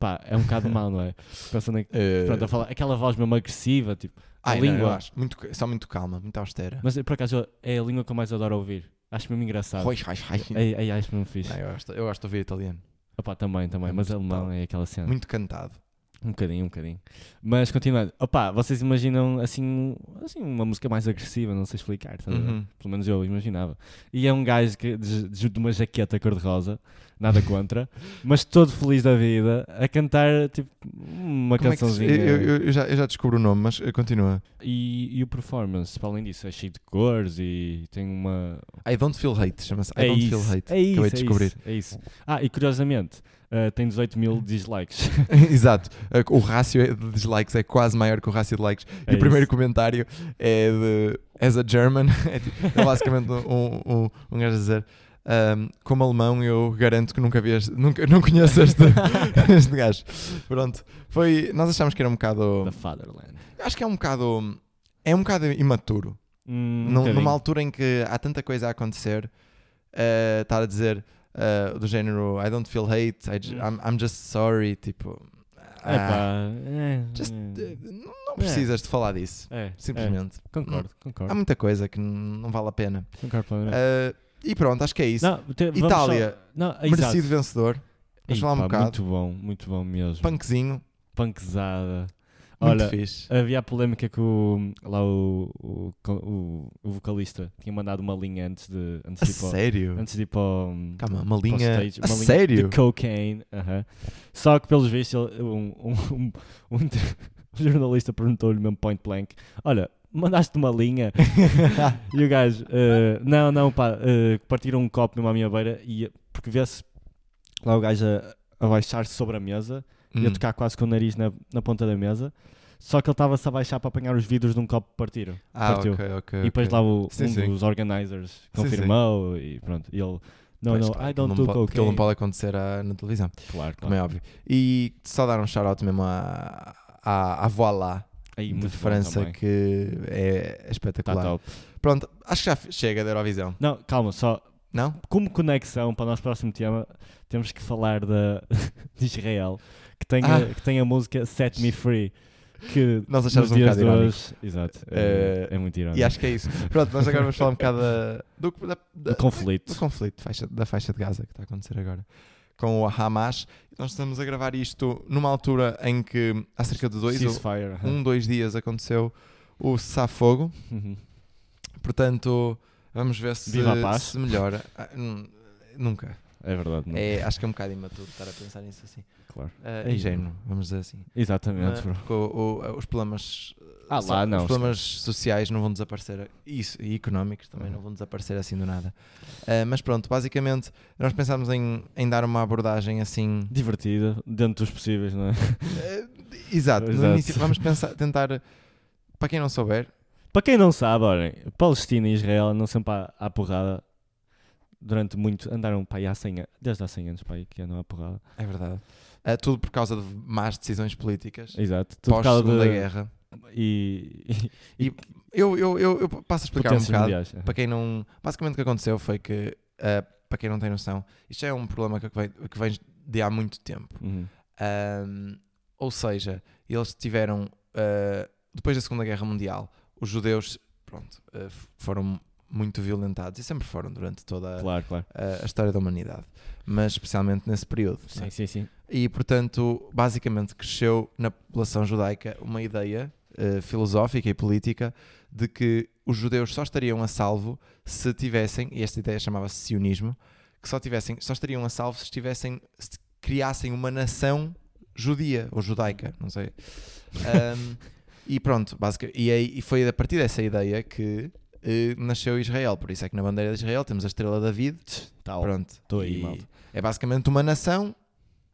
[SPEAKER 1] Pá, é um bocado mau, não é? Pensam na,
[SPEAKER 2] Eh,
[SPEAKER 1] pronto, a falar, aquela voz mesmo agressiva, tipo.
[SPEAKER 2] ai, não,
[SPEAKER 1] língua.
[SPEAKER 2] eu acho. Muito, só muito calma, muito austera.
[SPEAKER 1] Mas por acaso eu- é a língua que eu mais adoro ouvir. Acho mesmo engraçado.
[SPEAKER 2] Roi, roi, roi.
[SPEAKER 1] Ai, ai, acho mesmo fixe.
[SPEAKER 2] Não, eu, gosto, eu gosto de ouvir italiano.
[SPEAKER 1] Opa, também, também.
[SPEAKER 2] É
[SPEAKER 1] mas
[SPEAKER 2] muito
[SPEAKER 1] alemão
[SPEAKER 2] tal.
[SPEAKER 1] é aquela cena.
[SPEAKER 2] Muito cantado.
[SPEAKER 1] Um bocadinho, um bocadinho. Mas continuando. Opa, vocês imaginam assim, assim uma música mais agressiva, não sei explicar. estás a ver?
[SPEAKER 2] Uhum.
[SPEAKER 1] Pelo menos eu imaginava. E é um gajo que, de, de- de uma jaqueta cor-de-rosa, nada contra, mas todo feliz da vida, a cantar tipo uma
[SPEAKER 2] Como é que se-
[SPEAKER 1] cançãozinha.
[SPEAKER 2] eu, eu- eu já, eu já descubro o nome, mas eh, continua.
[SPEAKER 1] E, e o performance, para além disso, é cheio de cores e tem uma.
[SPEAKER 2] I don't feel hate, chama-se I
[SPEAKER 1] é
[SPEAKER 2] don't
[SPEAKER 1] isso,
[SPEAKER 2] feel hate.
[SPEAKER 1] é isso,
[SPEAKER 2] Acabei
[SPEAKER 1] é
[SPEAKER 2] de descobrir.
[SPEAKER 1] isso,
[SPEAKER 2] Hum.
[SPEAKER 1] é isso. Ah, e curiosamente, eh, tem 18 mil dislikes.
[SPEAKER 2] Exato. Eh, O rácio de dislikes é quase maior que o rácio de likes.
[SPEAKER 1] É
[SPEAKER 2] e o primeiro
[SPEAKER 1] isso.
[SPEAKER 2] comentário é de As a German. É, tipo, é basicamente um, um, um gajo a dizer. "Ahm, como alemão, eu garanto que nunca vi este, nunca, não conheço este, este gajo. Pronto, foi. Nós achámos que era um bocado.
[SPEAKER 1] The Fatherland.
[SPEAKER 2] Acho que é um bocado. É um bocado imaturo.
[SPEAKER 1] Hum, um
[SPEAKER 2] Num-
[SPEAKER 1] bocadinho.
[SPEAKER 2] numa altura em que há tanta coisa a acontecer, eh, estar a dizer eh, do género I don't feel hate, I ju- I'm, I'm just sorry, tipo. ah,
[SPEAKER 1] Epá, é,
[SPEAKER 2] just, eh,
[SPEAKER 1] é,
[SPEAKER 2] n- não precisas de falar disso.
[SPEAKER 1] é,
[SPEAKER 2] Simplesmente. Hum.
[SPEAKER 1] é.
[SPEAKER 2] Ah,
[SPEAKER 1] concordo,
[SPEAKER 2] Há
[SPEAKER 1] concordo.
[SPEAKER 2] muita coisa que n- não vale a pena.
[SPEAKER 1] concordo plenamente.
[SPEAKER 2] Eh, e pronto, acho que é isso.
[SPEAKER 1] É. Não, te- vamos
[SPEAKER 2] Itália,
[SPEAKER 1] só- não, é
[SPEAKER 2] merecido
[SPEAKER 1] exato.
[SPEAKER 2] vencedor. vamos
[SPEAKER 1] Ei,
[SPEAKER 2] falar um
[SPEAKER 1] pá,
[SPEAKER 2] bocado.
[SPEAKER 1] Muito bom, muito bom mesmo.
[SPEAKER 2] Punkzinho,
[SPEAKER 1] Punkzada.
[SPEAKER 2] muito
[SPEAKER 1] Olha,
[SPEAKER 2] fixe.
[SPEAKER 1] havia a polémica que o, lá o, o, o, o vocalista tinha mandado uma linha antes de,
[SPEAKER 2] A
[SPEAKER 1] antes de ir para,
[SPEAKER 2] sério?
[SPEAKER 1] antes de ir para o- hum,
[SPEAKER 2] Calma,
[SPEAKER 1] para
[SPEAKER 2] uma
[SPEAKER 1] o
[SPEAKER 2] linha.
[SPEAKER 1] stage,
[SPEAKER 2] A
[SPEAKER 1] uma linha
[SPEAKER 2] sério?
[SPEAKER 1] De cocaine. aham. Só que, pelos vistos, ele- um, um- um- um jornalista perguntou-lhe mesmo point blank: Olha, mandaste uma linha. E o gajo, eh, não, não, pá, eh, partiram um copo mesmo à minha beira e porque vê-se lá o gajo a, a baixar-se sobre a mesa e a
[SPEAKER 2] Hum.
[SPEAKER 1] tocar quase com o nariz na, na ponta da mesa. Só que ele estava-se a baixar para apanhar os vidros de um copo que partiram.
[SPEAKER 2] Ah,
[SPEAKER 1] partiu.
[SPEAKER 2] ok, ok.
[SPEAKER 1] E depois
[SPEAKER 2] ok.
[SPEAKER 1] lá o,
[SPEAKER 2] Sim,
[SPEAKER 1] um
[SPEAKER 2] sim.
[SPEAKER 1] dos organizers
[SPEAKER 2] Sim, sim.
[SPEAKER 1] confirmou e pronto. E ele, não,
[SPEAKER 2] Pois,
[SPEAKER 1] não,
[SPEAKER 2] claro,
[SPEAKER 1] I don't
[SPEAKER 2] não
[SPEAKER 1] do
[SPEAKER 2] pode- Aquilo
[SPEAKER 1] cocaine.
[SPEAKER 2] não pode acontecer ah, na televisão.
[SPEAKER 1] Claro,
[SPEAKER 2] como é
[SPEAKER 1] claro.
[SPEAKER 2] óbvio. E só dar um shout-out mesmo à, à, à Voilá
[SPEAKER 1] Aí,
[SPEAKER 2] de
[SPEAKER 1] muito bom
[SPEAKER 2] França,
[SPEAKER 1] também.
[SPEAKER 2] que é
[SPEAKER 1] Tá
[SPEAKER 2] espetacular.
[SPEAKER 1] top.
[SPEAKER 2] Pronto, acho que já f- chega da Eurovisão,
[SPEAKER 1] Não, calma, só
[SPEAKER 2] não?
[SPEAKER 1] como conexão para o nosso próximo tema, temos que falar da, de Israel, que tem,
[SPEAKER 2] Ah.
[SPEAKER 1] a, que tem a música Set Me Free, que
[SPEAKER 2] Nós achamos
[SPEAKER 1] nos
[SPEAKER 2] um
[SPEAKER 1] dias
[SPEAKER 2] bocado
[SPEAKER 1] de
[SPEAKER 2] irónico.
[SPEAKER 1] hoje, exato, é,
[SPEAKER 2] Eh,
[SPEAKER 1] é muito irónico.
[SPEAKER 2] E acho que é isso. Pronto, nós agora vamos falar um bocado da- do, da- da-
[SPEAKER 1] do conflito.
[SPEAKER 2] do conflito faixa- da faixa de Gaza que está a acontecer agora com o Hamas. Nós estamos a gravar isto numa altura em que há cerca de dois, ou,
[SPEAKER 1] Ceasefire. aham.
[SPEAKER 2] um, dois dias aconteceu o cessar-fogo.
[SPEAKER 1] Uhum.
[SPEAKER 2] Portanto, vamos ver se,
[SPEAKER 1] Viva a paz.
[SPEAKER 2] se melhora. Ah, hum, Nunca.
[SPEAKER 1] É verdade, não?
[SPEAKER 2] É, acho que é um bocado imaturo estar a pensar nisso assim.
[SPEAKER 1] Claro.
[SPEAKER 2] Ah,
[SPEAKER 1] É
[SPEAKER 2] ingênuo, vamos dizer assim.
[SPEAKER 1] Exatamente,
[SPEAKER 2] Mas,
[SPEAKER 1] bro.
[SPEAKER 2] porque o- o- os problemas,
[SPEAKER 1] Ah,
[SPEAKER 2] só-
[SPEAKER 1] lá não.
[SPEAKER 2] os problemas sociais não vão desaparecer isso, e económicos também não vão desaparecer assim do nada. Ah, mas pronto, basicamente nós pensámos em, em dar uma abordagem assim.
[SPEAKER 1] Divertida, dentro dos possíveis, não é?
[SPEAKER 2] Ah, exato, no
[SPEAKER 1] Exato.
[SPEAKER 2] início vamos pensar, tentar, para quem não souber,
[SPEAKER 1] Para quem não sabe, olhem, Palestina e Israel andam sempre à, à porrada durante muito. Andaram para aí há 100 anos, desde há 100 anos para aí que andam à porrada.
[SPEAKER 2] é verdade, Ah, tudo por causa de más decisões políticas.
[SPEAKER 1] Exato. Tudo por causa
[SPEAKER 2] Pós-segunda
[SPEAKER 1] de-
[SPEAKER 2] guerra.
[SPEAKER 1] E. e
[SPEAKER 2] Eu, eu, eu, eu passo a explicar um
[SPEAKER 1] potências
[SPEAKER 2] bocado.
[SPEAKER 1] mundiais.
[SPEAKER 2] Para quem não. Basicamente o que aconteceu foi que, ah, para quem não tem noção, isto é um problema que vem, que vem de há muito tempo.
[SPEAKER 1] Uhum.
[SPEAKER 2] Ahm, ou seja, eles tiveram. ah, depois da Segunda Guerra Mundial, os judeus, pronto, ah, f- foram muito violentados e sempre foram durante toda
[SPEAKER 1] Claro, claro.
[SPEAKER 2] a, a história da humanidade, mas especialmente nesse período. não é?
[SPEAKER 1] Sim, sim, sim.
[SPEAKER 2] E, portanto, basicamente cresceu na população judaica uma ideia eh, filosófica e política de que os judeus só estariam a salvo se tivessem, e esta ideia chamava-se sionismo, que só, tivessem, só estariam a salvo se, tivessem, se criassem uma nação judia ou judaica, não sei. Ahm, e pronto, basicamente. E, aí- e foi a partir dessa ideia que eh, nasceu Israel. Por isso é que na bandeira de Israel temos a estrela David.
[SPEAKER 1] Tal.
[SPEAKER 2] Pronto.
[SPEAKER 1] tô aí,
[SPEAKER 2] E
[SPEAKER 1] malta.
[SPEAKER 2] É basicamente uma nação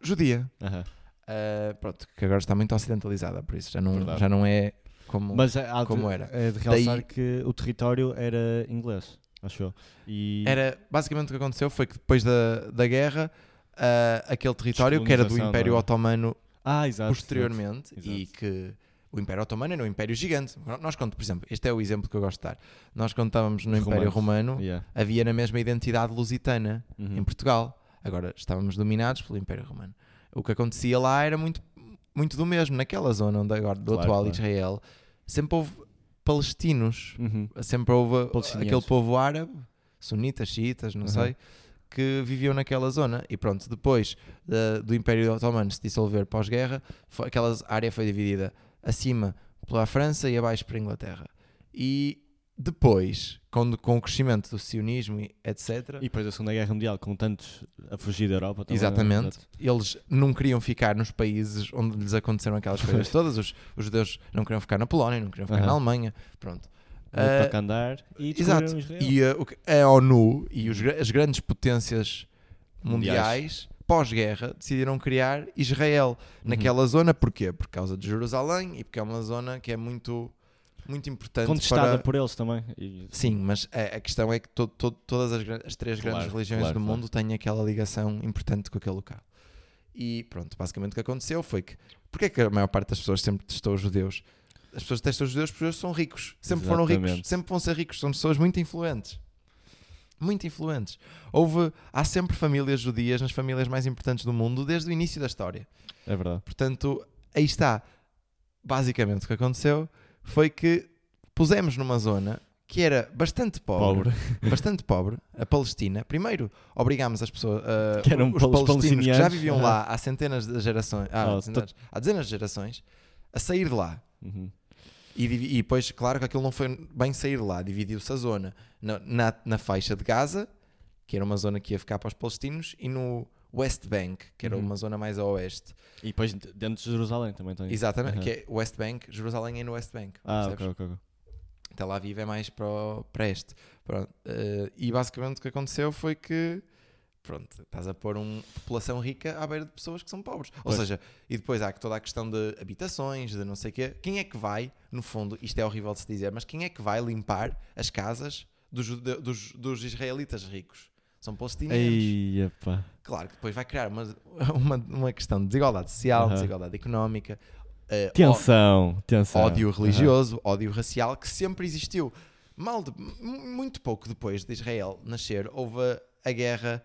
[SPEAKER 2] judia.
[SPEAKER 1] Aham.
[SPEAKER 2] Ah, pronto, que agora está muito ocidentalizada, por isso já não,
[SPEAKER 1] Verdade.
[SPEAKER 2] já não é como.
[SPEAKER 1] Uhum. Mas há de-
[SPEAKER 2] como era.
[SPEAKER 1] É de realçar
[SPEAKER 2] Daí-
[SPEAKER 1] que o território era inglês, achou? E
[SPEAKER 2] Era basicamente o que aconteceu foi que depois da, da guerra, ah, aquele território que era do
[SPEAKER 1] Descolonização,
[SPEAKER 2] Império
[SPEAKER 1] não é?
[SPEAKER 2] Otomano
[SPEAKER 1] ah, exato,
[SPEAKER 2] posteriormente
[SPEAKER 1] exato.
[SPEAKER 2] e que o Império Otomano era um império gigante. Nós, quando, por exemplo, este é o exemplo que eu gosto de dar. Nós, quando estávamos no
[SPEAKER 1] Os
[SPEAKER 2] Império
[SPEAKER 1] romanos.
[SPEAKER 2] Romano,
[SPEAKER 1] exato. Yeah.
[SPEAKER 2] havia na mesma identidade lusitana
[SPEAKER 1] Uhum.
[SPEAKER 2] em Portugal. Agora estávamos dominados pelo Império Romano. O que acontecia lá era muito, muito do mesmo. Naquela zona onde agora, do
[SPEAKER 1] Claro,
[SPEAKER 2] atual
[SPEAKER 1] claro.
[SPEAKER 2] Israel, sempre houve palestinos,
[SPEAKER 1] Uhum.
[SPEAKER 2] sempre houve
[SPEAKER 1] Palestinianos.
[SPEAKER 2] aquele povo árabe, sunitas, xiitas, não
[SPEAKER 1] Uhum.
[SPEAKER 2] sei, que viviam naquela zona. E pronto, depois eh, do Império Otomano se dissolver pós-guerra, fo- aquela área foi dividida acima pela França e abaixo pela Inglaterra. E depois, quando, com o crescimento do sionismo, e etc.,
[SPEAKER 1] E depois da Segunda Guerra Mundial, com tantos a fugir da Europa. também, não é?
[SPEAKER 2] Exatamente.
[SPEAKER 1] Exato.
[SPEAKER 2] eles não queriam ficar nos países onde lhes aconteceram aquelas coisas todas. Os, os judeus não queriam ficar na Polónia, não queriam ficar
[SPEAKER 1] Aham.
[SPEAKER 2] na Alemanha. Pronto.
[SPEAKER 1] Muito
[SPEAKER 2] Eh,
[SPEAKER 1] para cá andar e
[SPEAKER 2] exato.
[SPEAKER 1] descobriram Israel.
[SPEAKER 2] E uh, o que- a, ONU e os gra- as grandes potências mundiais, pós-guerra, decidiram criar Israel
[SPEAKER 1] Uhum.
[SPEAKER 2] naquela zona. Porquê? Por causa de Jerusalém e porque é uma zona que é muito, muito importante.
[SPEAKER 1] Contestada
[SPEAKER 2] para-
[SPEAKER 1] por eles também. E-
[SPEAKER 2] Sim, mas a, a questão é que to- to- todas as, gran- as três
[SPEAKER 1] Claro,
[SPEAKER 2] grandes religiões
[SPEAKER 1] claro,
[SPEAKER 2] do
[SPEAKER 1] claro.
[SPEAKER 2] mundo têm aquela ligação importante com aquele local. E pronto, basicamente o que aconteceu foi que. Porquê é que a maior parte das pessoas sempre testou os judeus? As pessoas testam os judeus porque eles são ricos. Sempre foram ricos.
[SPEAKER 1] Exatamente.
[SPEAKER 2] Sempre vão ser ricos. São pessoas muito influentes. Muito influentes. Houve, há sempre famílias judias nas famílias mais importantes do mundo desde o início da história.
[SPEAKER 1] É verdade.
[SPEAKER 2] Portanto, aí está. Basicamente o que aconteceu foi que pusemos numa zona que era bastante pobre,
[SPEAKER 1] Pobre.
[SPEAKER 2] bastante pobre, a Palestina. Primeiro, obrigámos as pessoas, ah,
[SPEAKER 1] Que eram
[SPEAKER 2] os
[SPEAKER 1] pal-
[SPEAKER 2] palestinos que já
[SPEAKER 1] palestinianos.
[SPEAKER 2] viviam lá há centenas de gerações, há,
[SPEAKER 1] Ah,
[SPEAKER 2] centenas- há dezenas de gerações, a sair de lá.
[SPEAKER 1] Uhum.
[SPEAKER 2] E, divi- e depois, claro que aquilo não foi bem sair de lá, dividiu-se a zona na, na, na faixa de Gaza, que era uma zona que ia ficar para os palestinos, e no West Bank, que era
[SPEAKER 1] Uhum.
[SPEAKER 2] uma zona mais a oeste.
[SPEAKER 1] E depois d- dentro de Jerusalém também tem.
[SPEAKER 2] Exatamente,
[SPEAKER 1] Aham.
[SPEAKER 2] que é West Bank, Jerusalém é no West Bank.
[SPEAKER 1] Ah,
[SPEAKER 2] percebes?
[SPEAKER 1] ok, ok. ok.
[SPEAKER 2] Tel Aviv é mais para, o- para este. Pronto, eh, e basicamente o que aconteceu foi que pronto, estás a pôr uma população rica à beira de pessoas que são pobres. Ou
[SPEAKER 1] Pois.
[SPEAKER 2] seja, e depois há toda a questão de habitações, de não sei o quê. Quem é que vai, no fundo, isto é horrível de se dizer, mas quem é que vai limpar as casas dos, jude- dos, dos israelitas ricos? São palestinianos.
[SPEAKER 1] Ei, epá.
[SPEAKER 2] Claro que depois vai criar uma, uma, uma questão de desigualdade social,
[SPEAKER 1] Aham.
[SPEAKER 2] desigualdade económica, eh, ó-
[SPEAKER 1] Tensão, tensão.
[SPEAKER 2] ódio
[SPEAKER 1] Aham.
[SPEAKER 2] religioso, ódio racial, que sempre existiu. Mal de- mu- muito pouco depois de Israel nascer, houve a, a guerra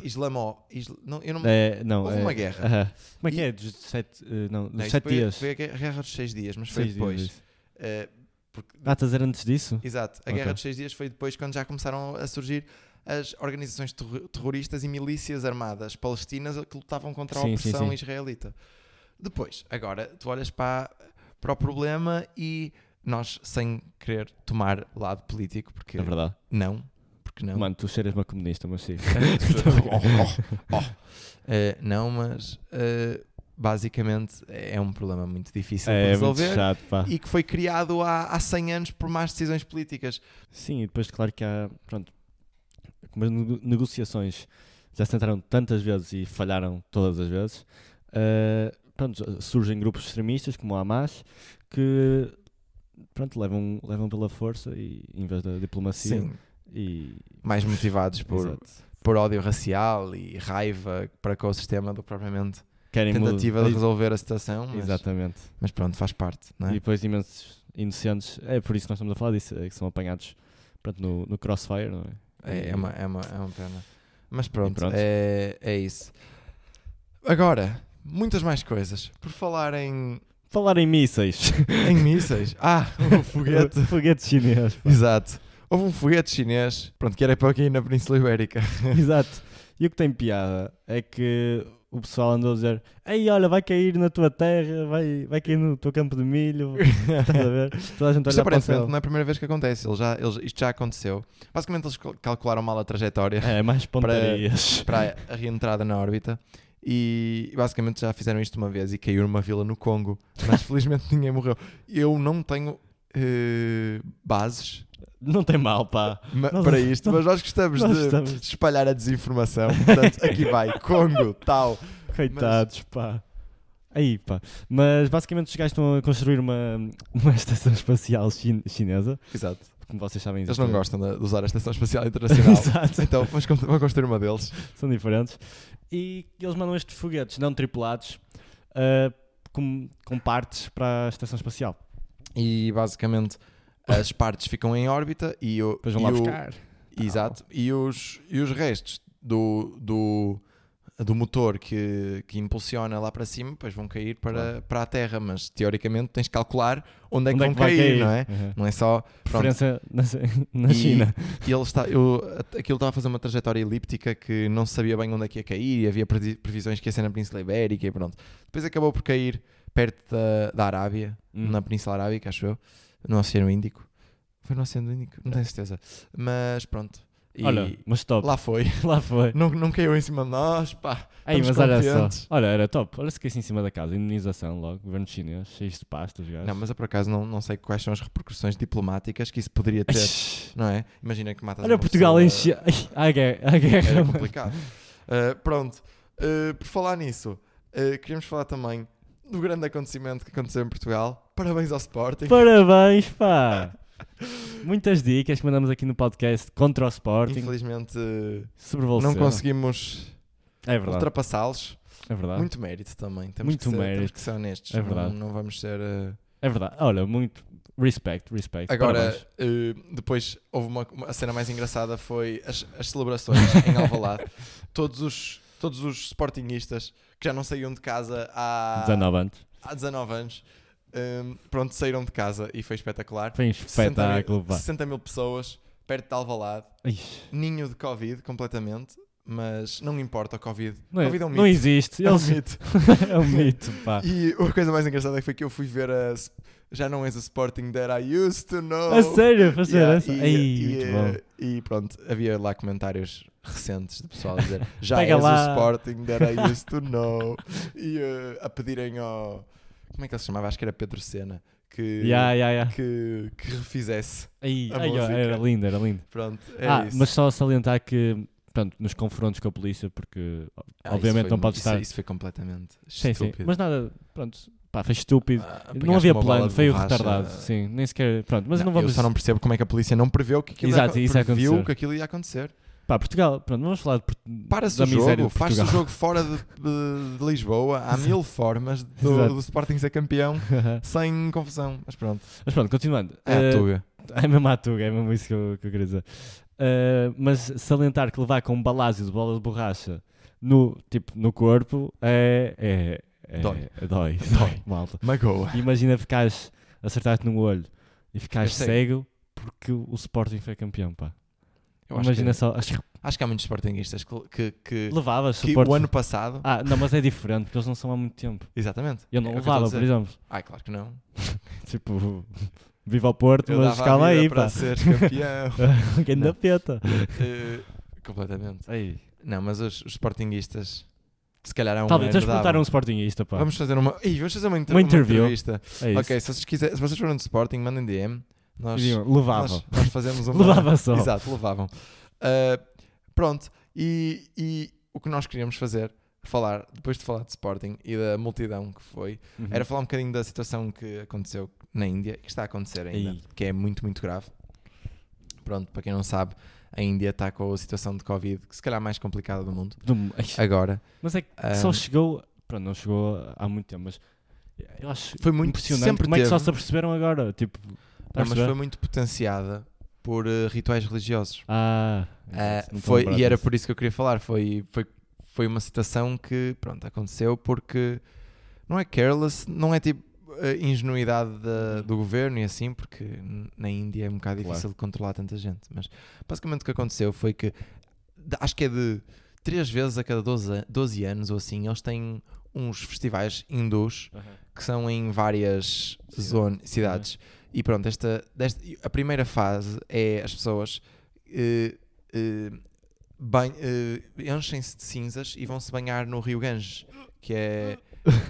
[SPEAKER 2] islamo... isl- não, eu não,
[SPEAKER 1] É, não,
[SPEAKER 2] Houve
[SPEAKER 1] é-
[SPEAKER 2] uma guerra.
[SPEAKER 1] Aham. Como é que
[SPEAKER 2] E-
[SPEAKER 1] é? Dos sete, eh, não, dos
[SPEAKER 2] não, isso
[SPEAKER 1] sete
[SPEAKER 2] foi,
[SPEAKER 1] dias.
[SPEAKER 2] Foi a guerra guerra dos seis dias, mas foi
[SPEAKER 1] Seis dias
[SPEAKER 2] depois.
[SPEAKER 1] disso.
[SPEAKER 2] Eh, porque-
[SPEAKER 1] Datas eram antes disso?
[SPEAKER 2] exato, a
[SPEAKER 1] Ok.
[SPEAKER 2] guerra dos seis dias foi depois quando já começaram a surgir as organizações terro- terroristas e milícias armadas palestinas que lutavam contra a
[SPEAKER 1] Sim, sim,
[SPEAKER 2] opressão
[SPEAKER 1] sim.
[SPEAKER 2] israelita. Depois, agora, tu olhas para, para o problema e nós, sem querer tomar lado político, porque
[SPEAKER 1] É verdade.
[SPEAKER 2] Não, porque não.
[SPEAKER 1] Mano, tu cheiras uma comunista, mas sim.
[SPEAKER 2] Oh, oh, oh. Eh, não, mas eh, basicamente é um problema muito difícil de
[SPEAKER 1] é muito
[SPEAKER 2] resolver
[SPEAKER 1] chato, pá.
[SPEAKER 2] e que foi criado há, há 100 anos por más decisões políticas.
[SPEAKER 1] Sim, e depois, claro que há. Pronto. Como as nego- negociações já se tentaram tantas vezes e falharam todas as vezes, eh, pronto, surgem grupos extremistas como o Hamas que pronto, levam, levam pela força e, em vez da diplomacia. E,
[SPEAKER 2] Mais motivados por,
[SPEAKER 1] assim? Exato.
[SPEAKER 2] por ódio racial e raiva para com o sistema do que propriamente
[SPEAKER 1] Querem mudar-
[SPEAKER 2] tentativa de resolver a situação, mas,
[SPEAKER 1] Exatamente.
[SPEAKER 2] mas pronto, faz parte, não
[SPEAKER 1] E
[SPEAKER 2] é?
[SPEAKER 1] depois imensos inocentes. É por isso que nós estamos a falar disso, é que são apanhados pronto, no, no crossfire, não é?
[SPEAKER 2] É, é uma, é, uma, é uma pena. Mas pronto,
[SPEAKER 1] pronto.
[SPEAKER 2] É, é isso. Agora, muitas mais coisas. Por falar em,
[SPEAKER 1] Falar em mísseis.
[SPEAKER 2] em mísseis. Ah, o foguete.
[SPEAKER 1] Um foguete chinês. pá.
[SPEAKER 2] Exato. Houve um foguete chinês, pronto, que era para aqui na Península Ibérica.
[SPEAKER 1] Exato. E o que tem piada é que o pessoal andou a dizer: Ei, olha, vai cair na tua terra, vai, vai cair no teu campo de milho. Estás a ver? Toda a gente olha para
[SPEAKER 2] Isto
[SPEAKER 1] o
[SPEAKER 2] aparentemente
[SPEAKER 1] céu.
[SPEAKER 2] não é a primeira vez que acontece. Ele já, eles- isto já aconteceu. é. Basicamente, eles cal- calcularam mal a trajetória
[SPEAKER 1] É, mais É, pontarias.
[SPEAKER 2] para a reentrada na órbita E basicamente já fizeram isto uma vez e caiu numa vila no Congo, mas felizmente ninguém morreu. Eu não tenho eh, bases
[SPEAKER 1] Não tem mal, pá.
[SPEAKER 2] ma-
[SPEAKER 1] Nós-
[SPEAKER 2] para isto, mas nós gostamos
[SPEAKER 1] nós
[SPEAKER 2] de
[SPEAKER 1] estamos-
[SPEAKER 2] espalhar a desinformação. Portanto, aqui vai, Congo, tal.
[SPEAKER 1] Coitados, pá. Aí, pá. Mas basicamente os gajos estão a construir uma, uma estação espacial chin- chinesa,
[SPEAKER 2] Exato.
[SPEAKER 1] como vocês sabem.
[SPEAKER 2] Eles não
[SPEAKER 1] existe-
[SPEAKER 2] gostam de de usar a Estação Espacial Internacional.
[SPEAKER 1] Exato.
[SPEAKER 2] Então, vamos con- vamos construir uma deles.
[SPEAKER 1] São diferentes. E eles mandam estes foguetes não tripulados ah, com, com partes para a estação espacial.
[SPEAKER 2] E basicamente as partes ficam em órbita e o.
[SPEAKER 1] Depois vão
[SPEAKER 2] e
[SPEAKER 1] lá
[SPEAKER 2] o-
[SPEAKER 1] buscar. Ah,
[SPEAKER 2] Exato. E os, e os restos do, do, do motor que, que impulsiona lá para cima, depois vão cair para, para a Terra. Mas teoricamente tens que calcular onde é que
[SPEAKER 1] Onde é
[SPEAKER 2] vão
[SPEAKER 1] que vai
[SPEAKER 2] cair,
[SPEAKER 1] cair?
[SPEAKER 2] não é?
[SPEAKER 1] Uhum.
[SPEAKER 2] Não é só. Pronto.
[SPEAKER 1] Preferência na, na
[SPEAKER 2] E-
[SPEAKER 1] China.
[SPEAKER 2] E ele está, eu, aquilo estava a fazer uma trajetória elíptica que não se sabia bem onde é que ia cair e havia previ- previsões que ia ser na Península Ibérica e pronto. Depois acabou por cair perto da, da Arábia,
[SPEAKER 1] Hum.
[SPEAKER 2] na Península Arábica, acho eu, no Oceano Índico. Foi no Oceano Índico, não tenho certeza. Mas pronto. E
[SPEAKER 1] Olha, mas top. Lá,
[SPEAKER 2] lá foi.
[SPEAKER 1] foi.
[SPEAKER 2] Não, não caiu em cima de nós, pá.
[SPEAKER 1] Ei, mas
[SPEAKER 2] estamos
[SPEAKER 1] olha só.
[SPEAKER 2] contentes.
[SPEAKER 1] Olha, era top. Olha se caísse em cima da casa. Indenização logo. Governo chinês. Cheios de pastos, gajos.
[SPEAKER 2] Não, mas eu por acaso não, não sei quais são as repercussões diplomáticas que isso poderia ter, não é? Imagina que matas
[SPEAKER 1] Olha
[SPEAKER 2] uma
[SPEAKER 1] Portugal
[SPEAKER 2] pessoa-
[SPEAKER 1] enche. Ai, é a guerra. A guerra
[SPEAKER 2] Era
[SPEAKER 1] mano.
[SPEAKER 2] complicado. Uh, pronto, Uh, por falar nisso, uh, queríamos falar também do grande acontecimento que aconteceu em Portugal. Parabéns ao Sporting.
[SPEAKER 1] Parabéns, pá. Muitas dicas que mandamos aqui no podcast contra o Sporting.
[SPEAKER 2] Infelizmente, uh,
[SPEAKER 1] Sobre
[SPEAKER 2] não conseguimos
[SPEAKER 1] É verdade.
[SPEAKER 2] ultrapassá-los.
[SPEAKER 1] É verdade.
[SPEAKER 2] Muito mérito também. Temos
[SPEAKER 1] Muito
[SPEAKER 2] que ser,
[SPEAKER 1] mérito.
[SPEAKER 2] Temos que ser honestos.
[SPEAKER 1] É verdade.
[SPEAKER 2] Não, não vamos ser. uh,
[SPEAKER 1] É verdade. Olha, muito. Respect, respect.
[SPEAKER 2] Agora,
[SPEAKER 1] Parabéns.
[SPEAKER 2] uh, depois houve uma, uma- a cena mais engraçada foi as, as celebrações em Alvalade. Todos os todos os sportinguistas que já não saíam de casa há
[SPEAKER 1] 19 anos.
[SPEAKER 2] há 19 anos. hum, pronto, saíram de casa e foi espetacular.
[SPEAKER 1] Foi um espetáculo,
[SPEAKER 2] 60
[SPEAKER 1] pá.
[SPEAKER 2] mil, 60 mil pessoas perto de Alvalade,
[SPEAKER 1] Ixi,
[SPEAKER 2] ninho de Covid completamente, mas não importa o Covid.
[SPEAKER 1] Não, é-
[SPEAKER 2] Covid é um
[SPEAKER 1] não
[SPEAKER 2] mito.
[SPEAKER 1] existe.
[SPEAKER 2] É um
[SPEAKER 1] Eles-
[SPEAKER 2] mito.
[SPEAKER 1] É um mito, pá.
[SPEAKER 2] E a coisa mais engraçada foi que eu fui ver a. S- Já não és o Sporting that I used to know.
[SPEAKER 1] A sério, a sério.
[SPEAKER 2] Yeah, é-
[SPEAKER 1] a sério. Ei, muito bom.
[SPEAKER 2] e pronto, havia lá comentários recentes de pessoal a dizer já
[SPEAKER 1] Pega
[SPEAKER 2] és
[SPEAKER 1] lá."
[SPEAKER 2] o Sporting that I used to know e eh, a pedirem ao como é que ele se chamava? Acho que era Pedro Sena que,
[SPEAKER 1] Ya, ya, ya.
[SPEAKER 2] que, que refizesse.
[SPEAKER 1] Ai,
[SPEAKER 2] a
[SPEAKER 1] ai, ó,
[SPEAKER 2] música.
[SPEAKER 1] era lindo, era lindo.
[SPEAKER 2] Pronto, é
[SPEAKER 1] ah,
[SPEAKER 2] isso.
[SPEAKER 1] mas só salientar que, pronto, nos confrontos com a polícia, porque
[SPEAKER 2] Ah,
[SPEAKER 1] obviamente
[SPEAKER 2] isso foi
[SPEAKER 1] não
[SPEAKER 2] mu-
[SPEAKER 1] pode
[SPEAKER 2] isso-
[SPEAKER 1] estar-
[SPEAKER 2] Isso, foi completamente
[SPEAKER 1] Sim, sim.
[SPEAKER 2] estúpido.
[SPEAKER 1] Mas nada, pronto, pá, foi estúpido.
[SPEAKER 2] Ah,
[SPEAKER 1] não
[SPEAKER 2] apanhaste
[SPEAKER 1] havia
[SPEAKER 2] uma bola
[SPEAKER 1] plano,
[SPEAKER 2] de
[SPEAKER 1] foi o
[SPEAKER 2] borracha.
[SPEAKER 1] retardado, sim, nem sequer. Pronto, mas não,
[SPEAKER 2] eu
[SPEAKER 1] vamos.
[SPEAKER 2] só não percebo como é que a polícia não preveu que aquilo, ia
[SPEAKER 1] Exato,
[SPEAKER 2] acon-
[SPEAKER 1] isso ia
[SPEAKER 2] previu
[SPEAKER 1] acontecer.
[SPEAKER 2] que aquilo ia acontecer.
[SPEAKER 1] Pá, Portugal, pronto, vamos falar de Port-
[SPEAKER 2] Para-se
[SPEAKER 1] da
[SPEAKER 2] o
[SPEAKER 1] miséria
[SPEAKER 2] jogo,
[SPEAKER 1] de
[SPEAKER 2] faz-se o
[SPEAKER 1] Portugal.
[SPEAKER 2] jogo fora de, de- de Lisboa. Há mil formas do,
[SPEAKER 1] Exato.
[SPEAKER 2] do Sporting ser campeão sem confusão. Mas pronto,
[SPEAKER 1] mas pronto, continuando.
[SPEAKER 2] é
[SPEAKER 1] Eh,
[SPEAKER 2] a tuga.
[SPEAKER 1] É mesmo à tuga, é mesmo isso que eu, que eu queria dizer. Ah, mas salientar que levar com um balásio de bola de borracha no, tipo, no corpo é. é, é-
[SPEAKER 2] Dói.
[SPEAKER 1] é- Dói,
[SPEAKER 2] Dói.
[SPEAKER 1] dói, malta.
[SPEAKER 2] Magoa.
[SPEAKER 1] E Imagina ficares, acertar-te num olho e ficares
[SPEAKER 2] É
[SPEAKER 1] cego.
[SPEAKER 2] cego.
[SPEAKER 1] porque o Sporting foi campeão, pá.
[SPEAKER 2] Eu acho,
[SPEAKER 1] Imagina
[SPEAKER 2] que,
[SPEAKER 1] só, acho que
[SPEAKER 2] acho que há muitos Sportingistas que, que, que-
[SPEAKER 1] levavas
[SPEAKER 2] que
[SPEAKER 1] suporte.
[SPEAKER 2] o ano passado.
[SPEAKER 1] Ah, não, mas é diferente, porque eles não são há muito tempo.
[SPEAKER 2] Exatamente.
[SPEAKER 1] Eu não
[SPEAKER 2] É o que eu
[SPEAKER 1] levava,
[SPEAKER 2] estou a
[SPEAKER 1] por
[SPEAKER 2] dizer.
[SPEAKER 1] exemplo.
[SPEAKER 2] Ai, claro que não.
[SPEAKER 1] Tipo, viva o Porto,
[SPEAKER 2] Eu
[SPEAKER 1] mas
[SPEAKER 2] dava a
[SPEAKER 1] calma
[SPEAKER 2] vida
[SPEAKER 1] aí,
[SPEAKER 2] para
[SPEAKER 1] pá.
[SPEAKER 2] ser campeão.
[SPEAKER 1] Quem da
[SPEAKER 2] Não.
[SPEAKER 1] peta.
[SPEAKER 2] Eh, completamente.
[SPEAKER 1] Aí.
[SPEAKER 2] Não, mas os, os Sportinguistas, se calhar há um
[SPEAKER 1] Talvez,
[SPEAKER 2] ano
[SPEAKER 1] tens de perguntar a
[SPEAKER 2] davam.
[SPEAKER 1] um Sportingista, pá.
[SPEAKER 2] Vamos fazer uma. Ih, vamos fazer uma, inter-
[SPEAKER 1] Uma interview.
[SPEAKER 2] entrevista.
[SPEAKER 1] é isso.
[SPEAKER 2] Ok, se vocês, quiserem, se vocês forem do Sporting, mandem DM. Nós,
[SPEAKER 1] E digam, levava.
[SPEAKER 2] Nós, nós fazemos uma...
[SPEAKER 1] Levava só.
[SPEAKER 2] Exato, levavam. Ah, pronto, e, e o que nós queríamos fazer, falar, depois de falar de Sporting e da multidão que foi,
[SPEAKER 1] Uhum.
[SPEAKER 2] era falar um bocadinho da situação que aconteceu na Índia, que está a acontecer ainda,
[SPEAKER 1] Ei.
[SPEAKER 2] que é muito, muito grave. Pronto, para quem não sabe, a Índia está com a situação de Covid, que se calhar mais complicada do mundo,
[SPEAKER 1] Do- ai,
[SPEAKER 2] agora.
[SPEAKER 1] Mas é que
[SPEAKER 2] Ah,
[SPEAKER 1] só chegou. Pronto, não chegou há muito tempo, mas. Eu acho
[SPEAKER 2] Foi muito-
[SPEAKER 1] impressionante
[SPEAKER 2] sempre
[SPEAKER 1] como é que só
[SPEAKER 2] teve.
[SPEAKER 1] se aperceberam agora. Tipo, tá a
[SPEAKER 2] Não, mas
[SPEAKER 1] perceber?
[SPEAKER 2] foi muito potenciada por eh, rituais religiosos.
[SPEAKER 1] Ah,
[SPEAKER 2] Ah,
[SPEAKER 1] não tô
[SPEAKER 2] foi,
[SPEAKER 1] lembrado
[SPEAKER 2] e era
[SPEAKER 1] disso.
[SPEAKER 2] por isso que eu queria falar. Foi, foi, foi uma situação que pronto, aconteceu porque não é careless, não é tipo a ingenuidade da- do governo e assim, porque n- na Índia é um bocado
[SPEAKER 1] Uhum. Claro.
[SPEAKER 2] difícil de controlar tanta gente. Mas basicamente o que aconteceu foi que de- acho que é de três vezes a cada 12, an- 12 anos ou assim, eles têm uns festivais hindus
[SPEAKER 1] Aham.
[SPEAKER 2] que são em várias
[SPEAKER 1] Cidades. Uhum.
[SPEAKER 2] zonas, cidades. E pronto, esta, desta- a primeira fase é as pessoas eh, eh, bem- eh, enchem-se de cinzas e vão-se banhar no Rio Ganges, que é.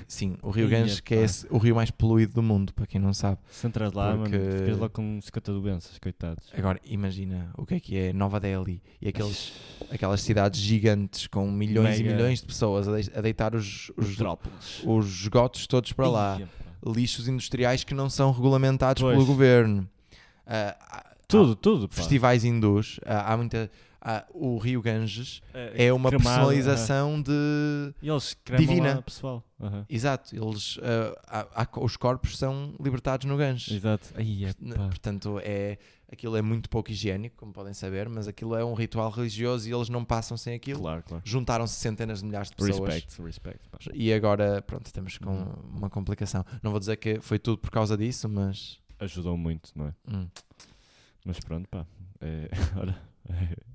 [SPEAKER 2] Sim, o Rio
[SPEAKER 1] Ia,
[SPEAKER 2] Ganges, que é
[SPEAKER 1] pá.
[SPEAKER 2] esse- o rio mais poluído do mundo, para quem não sabe.
[SPEAKER 1] Se entras lá,
[SPEAKER 2] Porque-
[SPEAKER 1] mano, ficas logo com 50 doenças, coitados.
[SPEAKER 2] Agora, imagina o que é que é Nova Delhi e aqueles, aquelas cidades gigantes com milhões e
[SPEAKER 1] Mega.
[SPEAKER 2] milhões de pessoas a, dei- a deitar os, os,
[SPEAKER 1] Metrópolis.
[SPEAKER 2] os esgotos todos para lá.
[SPEAKER 1] Ia, pá.
[SPEAKER 2] Lixos industriais que não são regulamentados
[SPEAKER 1] Pois.
[SPEAKER 2] pelo governo. Ah, há-
[SPEAKER 1] Tudo, tudo.
[SPEAKER 2] há
[SPEAKER 1] Pá.
[SPEAKER 2] Festivais hindus. Ah, há muita. há- o Rio Ganges
[SPEAKER 1] É,
[SPEAKER 2] é uma
[SPEAKER 1] cremado,
[SPEAKER 2] personalização de.
[SPEAKER 1] E eles cremam
[SPEAKER 2] Divina.
[SPEAKER 1] lá, pessoal. Aham.
[SPEAKER 2] Exato, eles, ah, há- há- os corpos são libertados no Ganges.
[SPEAKER 1] Exato. Aí é
[SPEAKER 2] N- Portanto, é, aquilo é muito pouco higiênico, como podem saber, mas aquilo é um ritual religioso e eles não passam sem aquilo.
[SPEAKER 1] Claro, claro.
[SPEAKER 2] Juntaram-se centenas de milhares de pessoas.
[SPEAKER 1] Respect, respect. pá.
[SPEAKER 2] E agora, pronto, estamos com
[SPEAKER 1] Uhum.
[SPEAKER 2] uma complicação. Não vou dizer que foi tudo por causa disso, mas.
[SPEAKER 1] Ajudou muito, não é?
[SPEAKER 2] hum,
[SPEAKER 1] Mas pronto, pá. É, ora,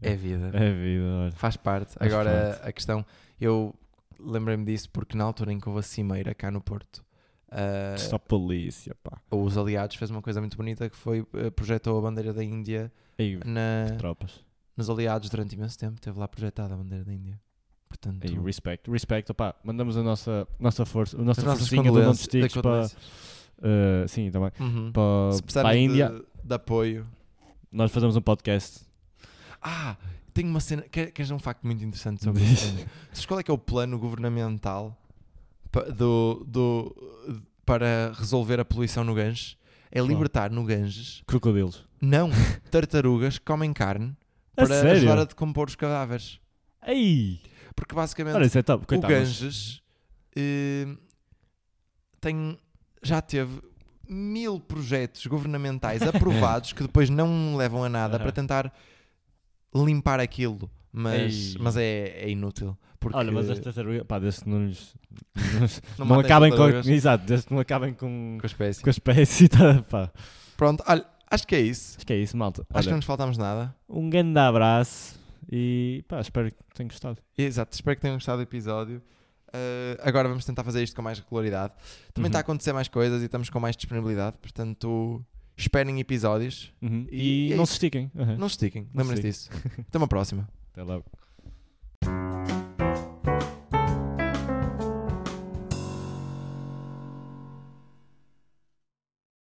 [SPEAKER 2] é vida.
[SPEAKER 1] é vida, olha.
[SPEAKER 2] Faz parte.
[SPEAKER 1] Faz
[SPEAKER 2] Agora, a questão. Eu lembrei-me disso porque na altura em que houve a Cimeira cá no Porto. ah,
[SPEAKER 1] Só polícia, pá.
[SPEAKER 2] os aliados fez uma coisa muito bonita que foi ah, projetou a bandeira da Índia
[SPEAKER 1] Ei,
[SPEAKER 2] na,
[SPEAKER 1] tropas.
[SPEAKER 2] nos aliados durante imenso tempo teve lá projetada a bandeira da Índia. Portanto,
[SPEAKER 1] Ei, respect, respect, opá. Mandamos a nossa, nossa força, a nossa
[SPEAKER 2] as nossas
[SPEAKER 1] forcinha do Monte
[SPEAKER 2] condolências-
[SPEAKER 1] Sticks
[SPEAKER 2] eh,
[SPEAKER 1] para.
[SPEAKER 2] condolências.
[SPEAKER 1] eh, sim, também.
[SPEAKER 2] Uhum.
[SPEAKER 1] Para,
[SPEAKER 2] Se
[SPEAKER 1] para a
[SPEAKER 2] precisarem
[SPEAKER 1] Índia,
[SPEAKER 2] de, de apoio.
[SPEAKER 1] nós fazemos um podcast.
[SPEAKER 2] Ah, tenho uma cena. que- Queres um facto muito interessante sobre isso? Sabes qual é que é o plano governamental pa- do, do, para resolver a poluição no Ganges? É
[SPEAKER 1] Qual?
[SPEAKER 2] libertar no Ganges,
[SPEAKER 1] Crocodilos.
[SPEAKER 2] não, tartarugas que comem carne
[SPEAKER 1] A
[SPEAKER 2] para ajudar
[SPEAKER 1] sério?
[SPEAKER 2] a decompor os cadáveres.
[SPEAKER 1] Ei!
[SPEAKER 2] Porque basicamente
[SPEAKER 1] Olha, isso é top.
[SPEAKER 2] o
[SPEAKER 1] Coitado. mas-
[SPEAKER 2] Ganges eh, tem, já teve mil projetos governamentais aprovados que depois não levam a nada
[SPEAKER 1] Aham.
[SPEAKER 2] para tentar limpar aquilo, mas,
[SPEAKER 1] Ei.
[SPEAKER 2] mas é, é inútil. Porque
[SPEAKER 1] Olha, mas as tartarugas, pá, desde que não lhes.
[SPEAKER 2] Não
[SPEAKER 1] Não,
[SPEAKER 2] matem
[SPEAKER 1] acabem com.
[SPEAKER 2] tartarugas.
[SPEAKER 1] Exato, desde que não acabem com.
[SPEAKER 2] com a espécie.
[SPEAKER 1] Com a espécie, tá, pá.
[SPEAKER 2] Pronto, olha, acho que é isso.
[SPEAKER 1] Acho que é isso, malta.
[SPEAKER 2] Acho que não
[SPEAKER 1] Olha,
[SPEAKER 2] nos faltámos nada.
[SPEAKER 1] um grande abraço e pá, espero que tenham gostado.
[SPEAKER 2] Exato, espero que tenham gostado do episódio. Eh, agora vamos tentar fazer isto com mais regularidade. Também
[SPEAKER 1] Uhum.
[SPEAKER 2] está a acontecer mais coisas e estamos com mais disponibilidade, portanto, esperem episódios.
[SPEAKER 1] Uhum.
[SPEAKER 2] E
[SPEAKER 1] E,
[SPEAKER 2] é
[SPEAKER 1] não
[SPEAKER 2] isso.
[SPEAKER 1] se estiquem. Uhum.
[SPEAKER 2] Não se estiquem,
[SPEAKER 1] Não se
[SPEAKER 2] lembrem-se disso. Até uma próxima.
[SPEAKER 1] Até logo.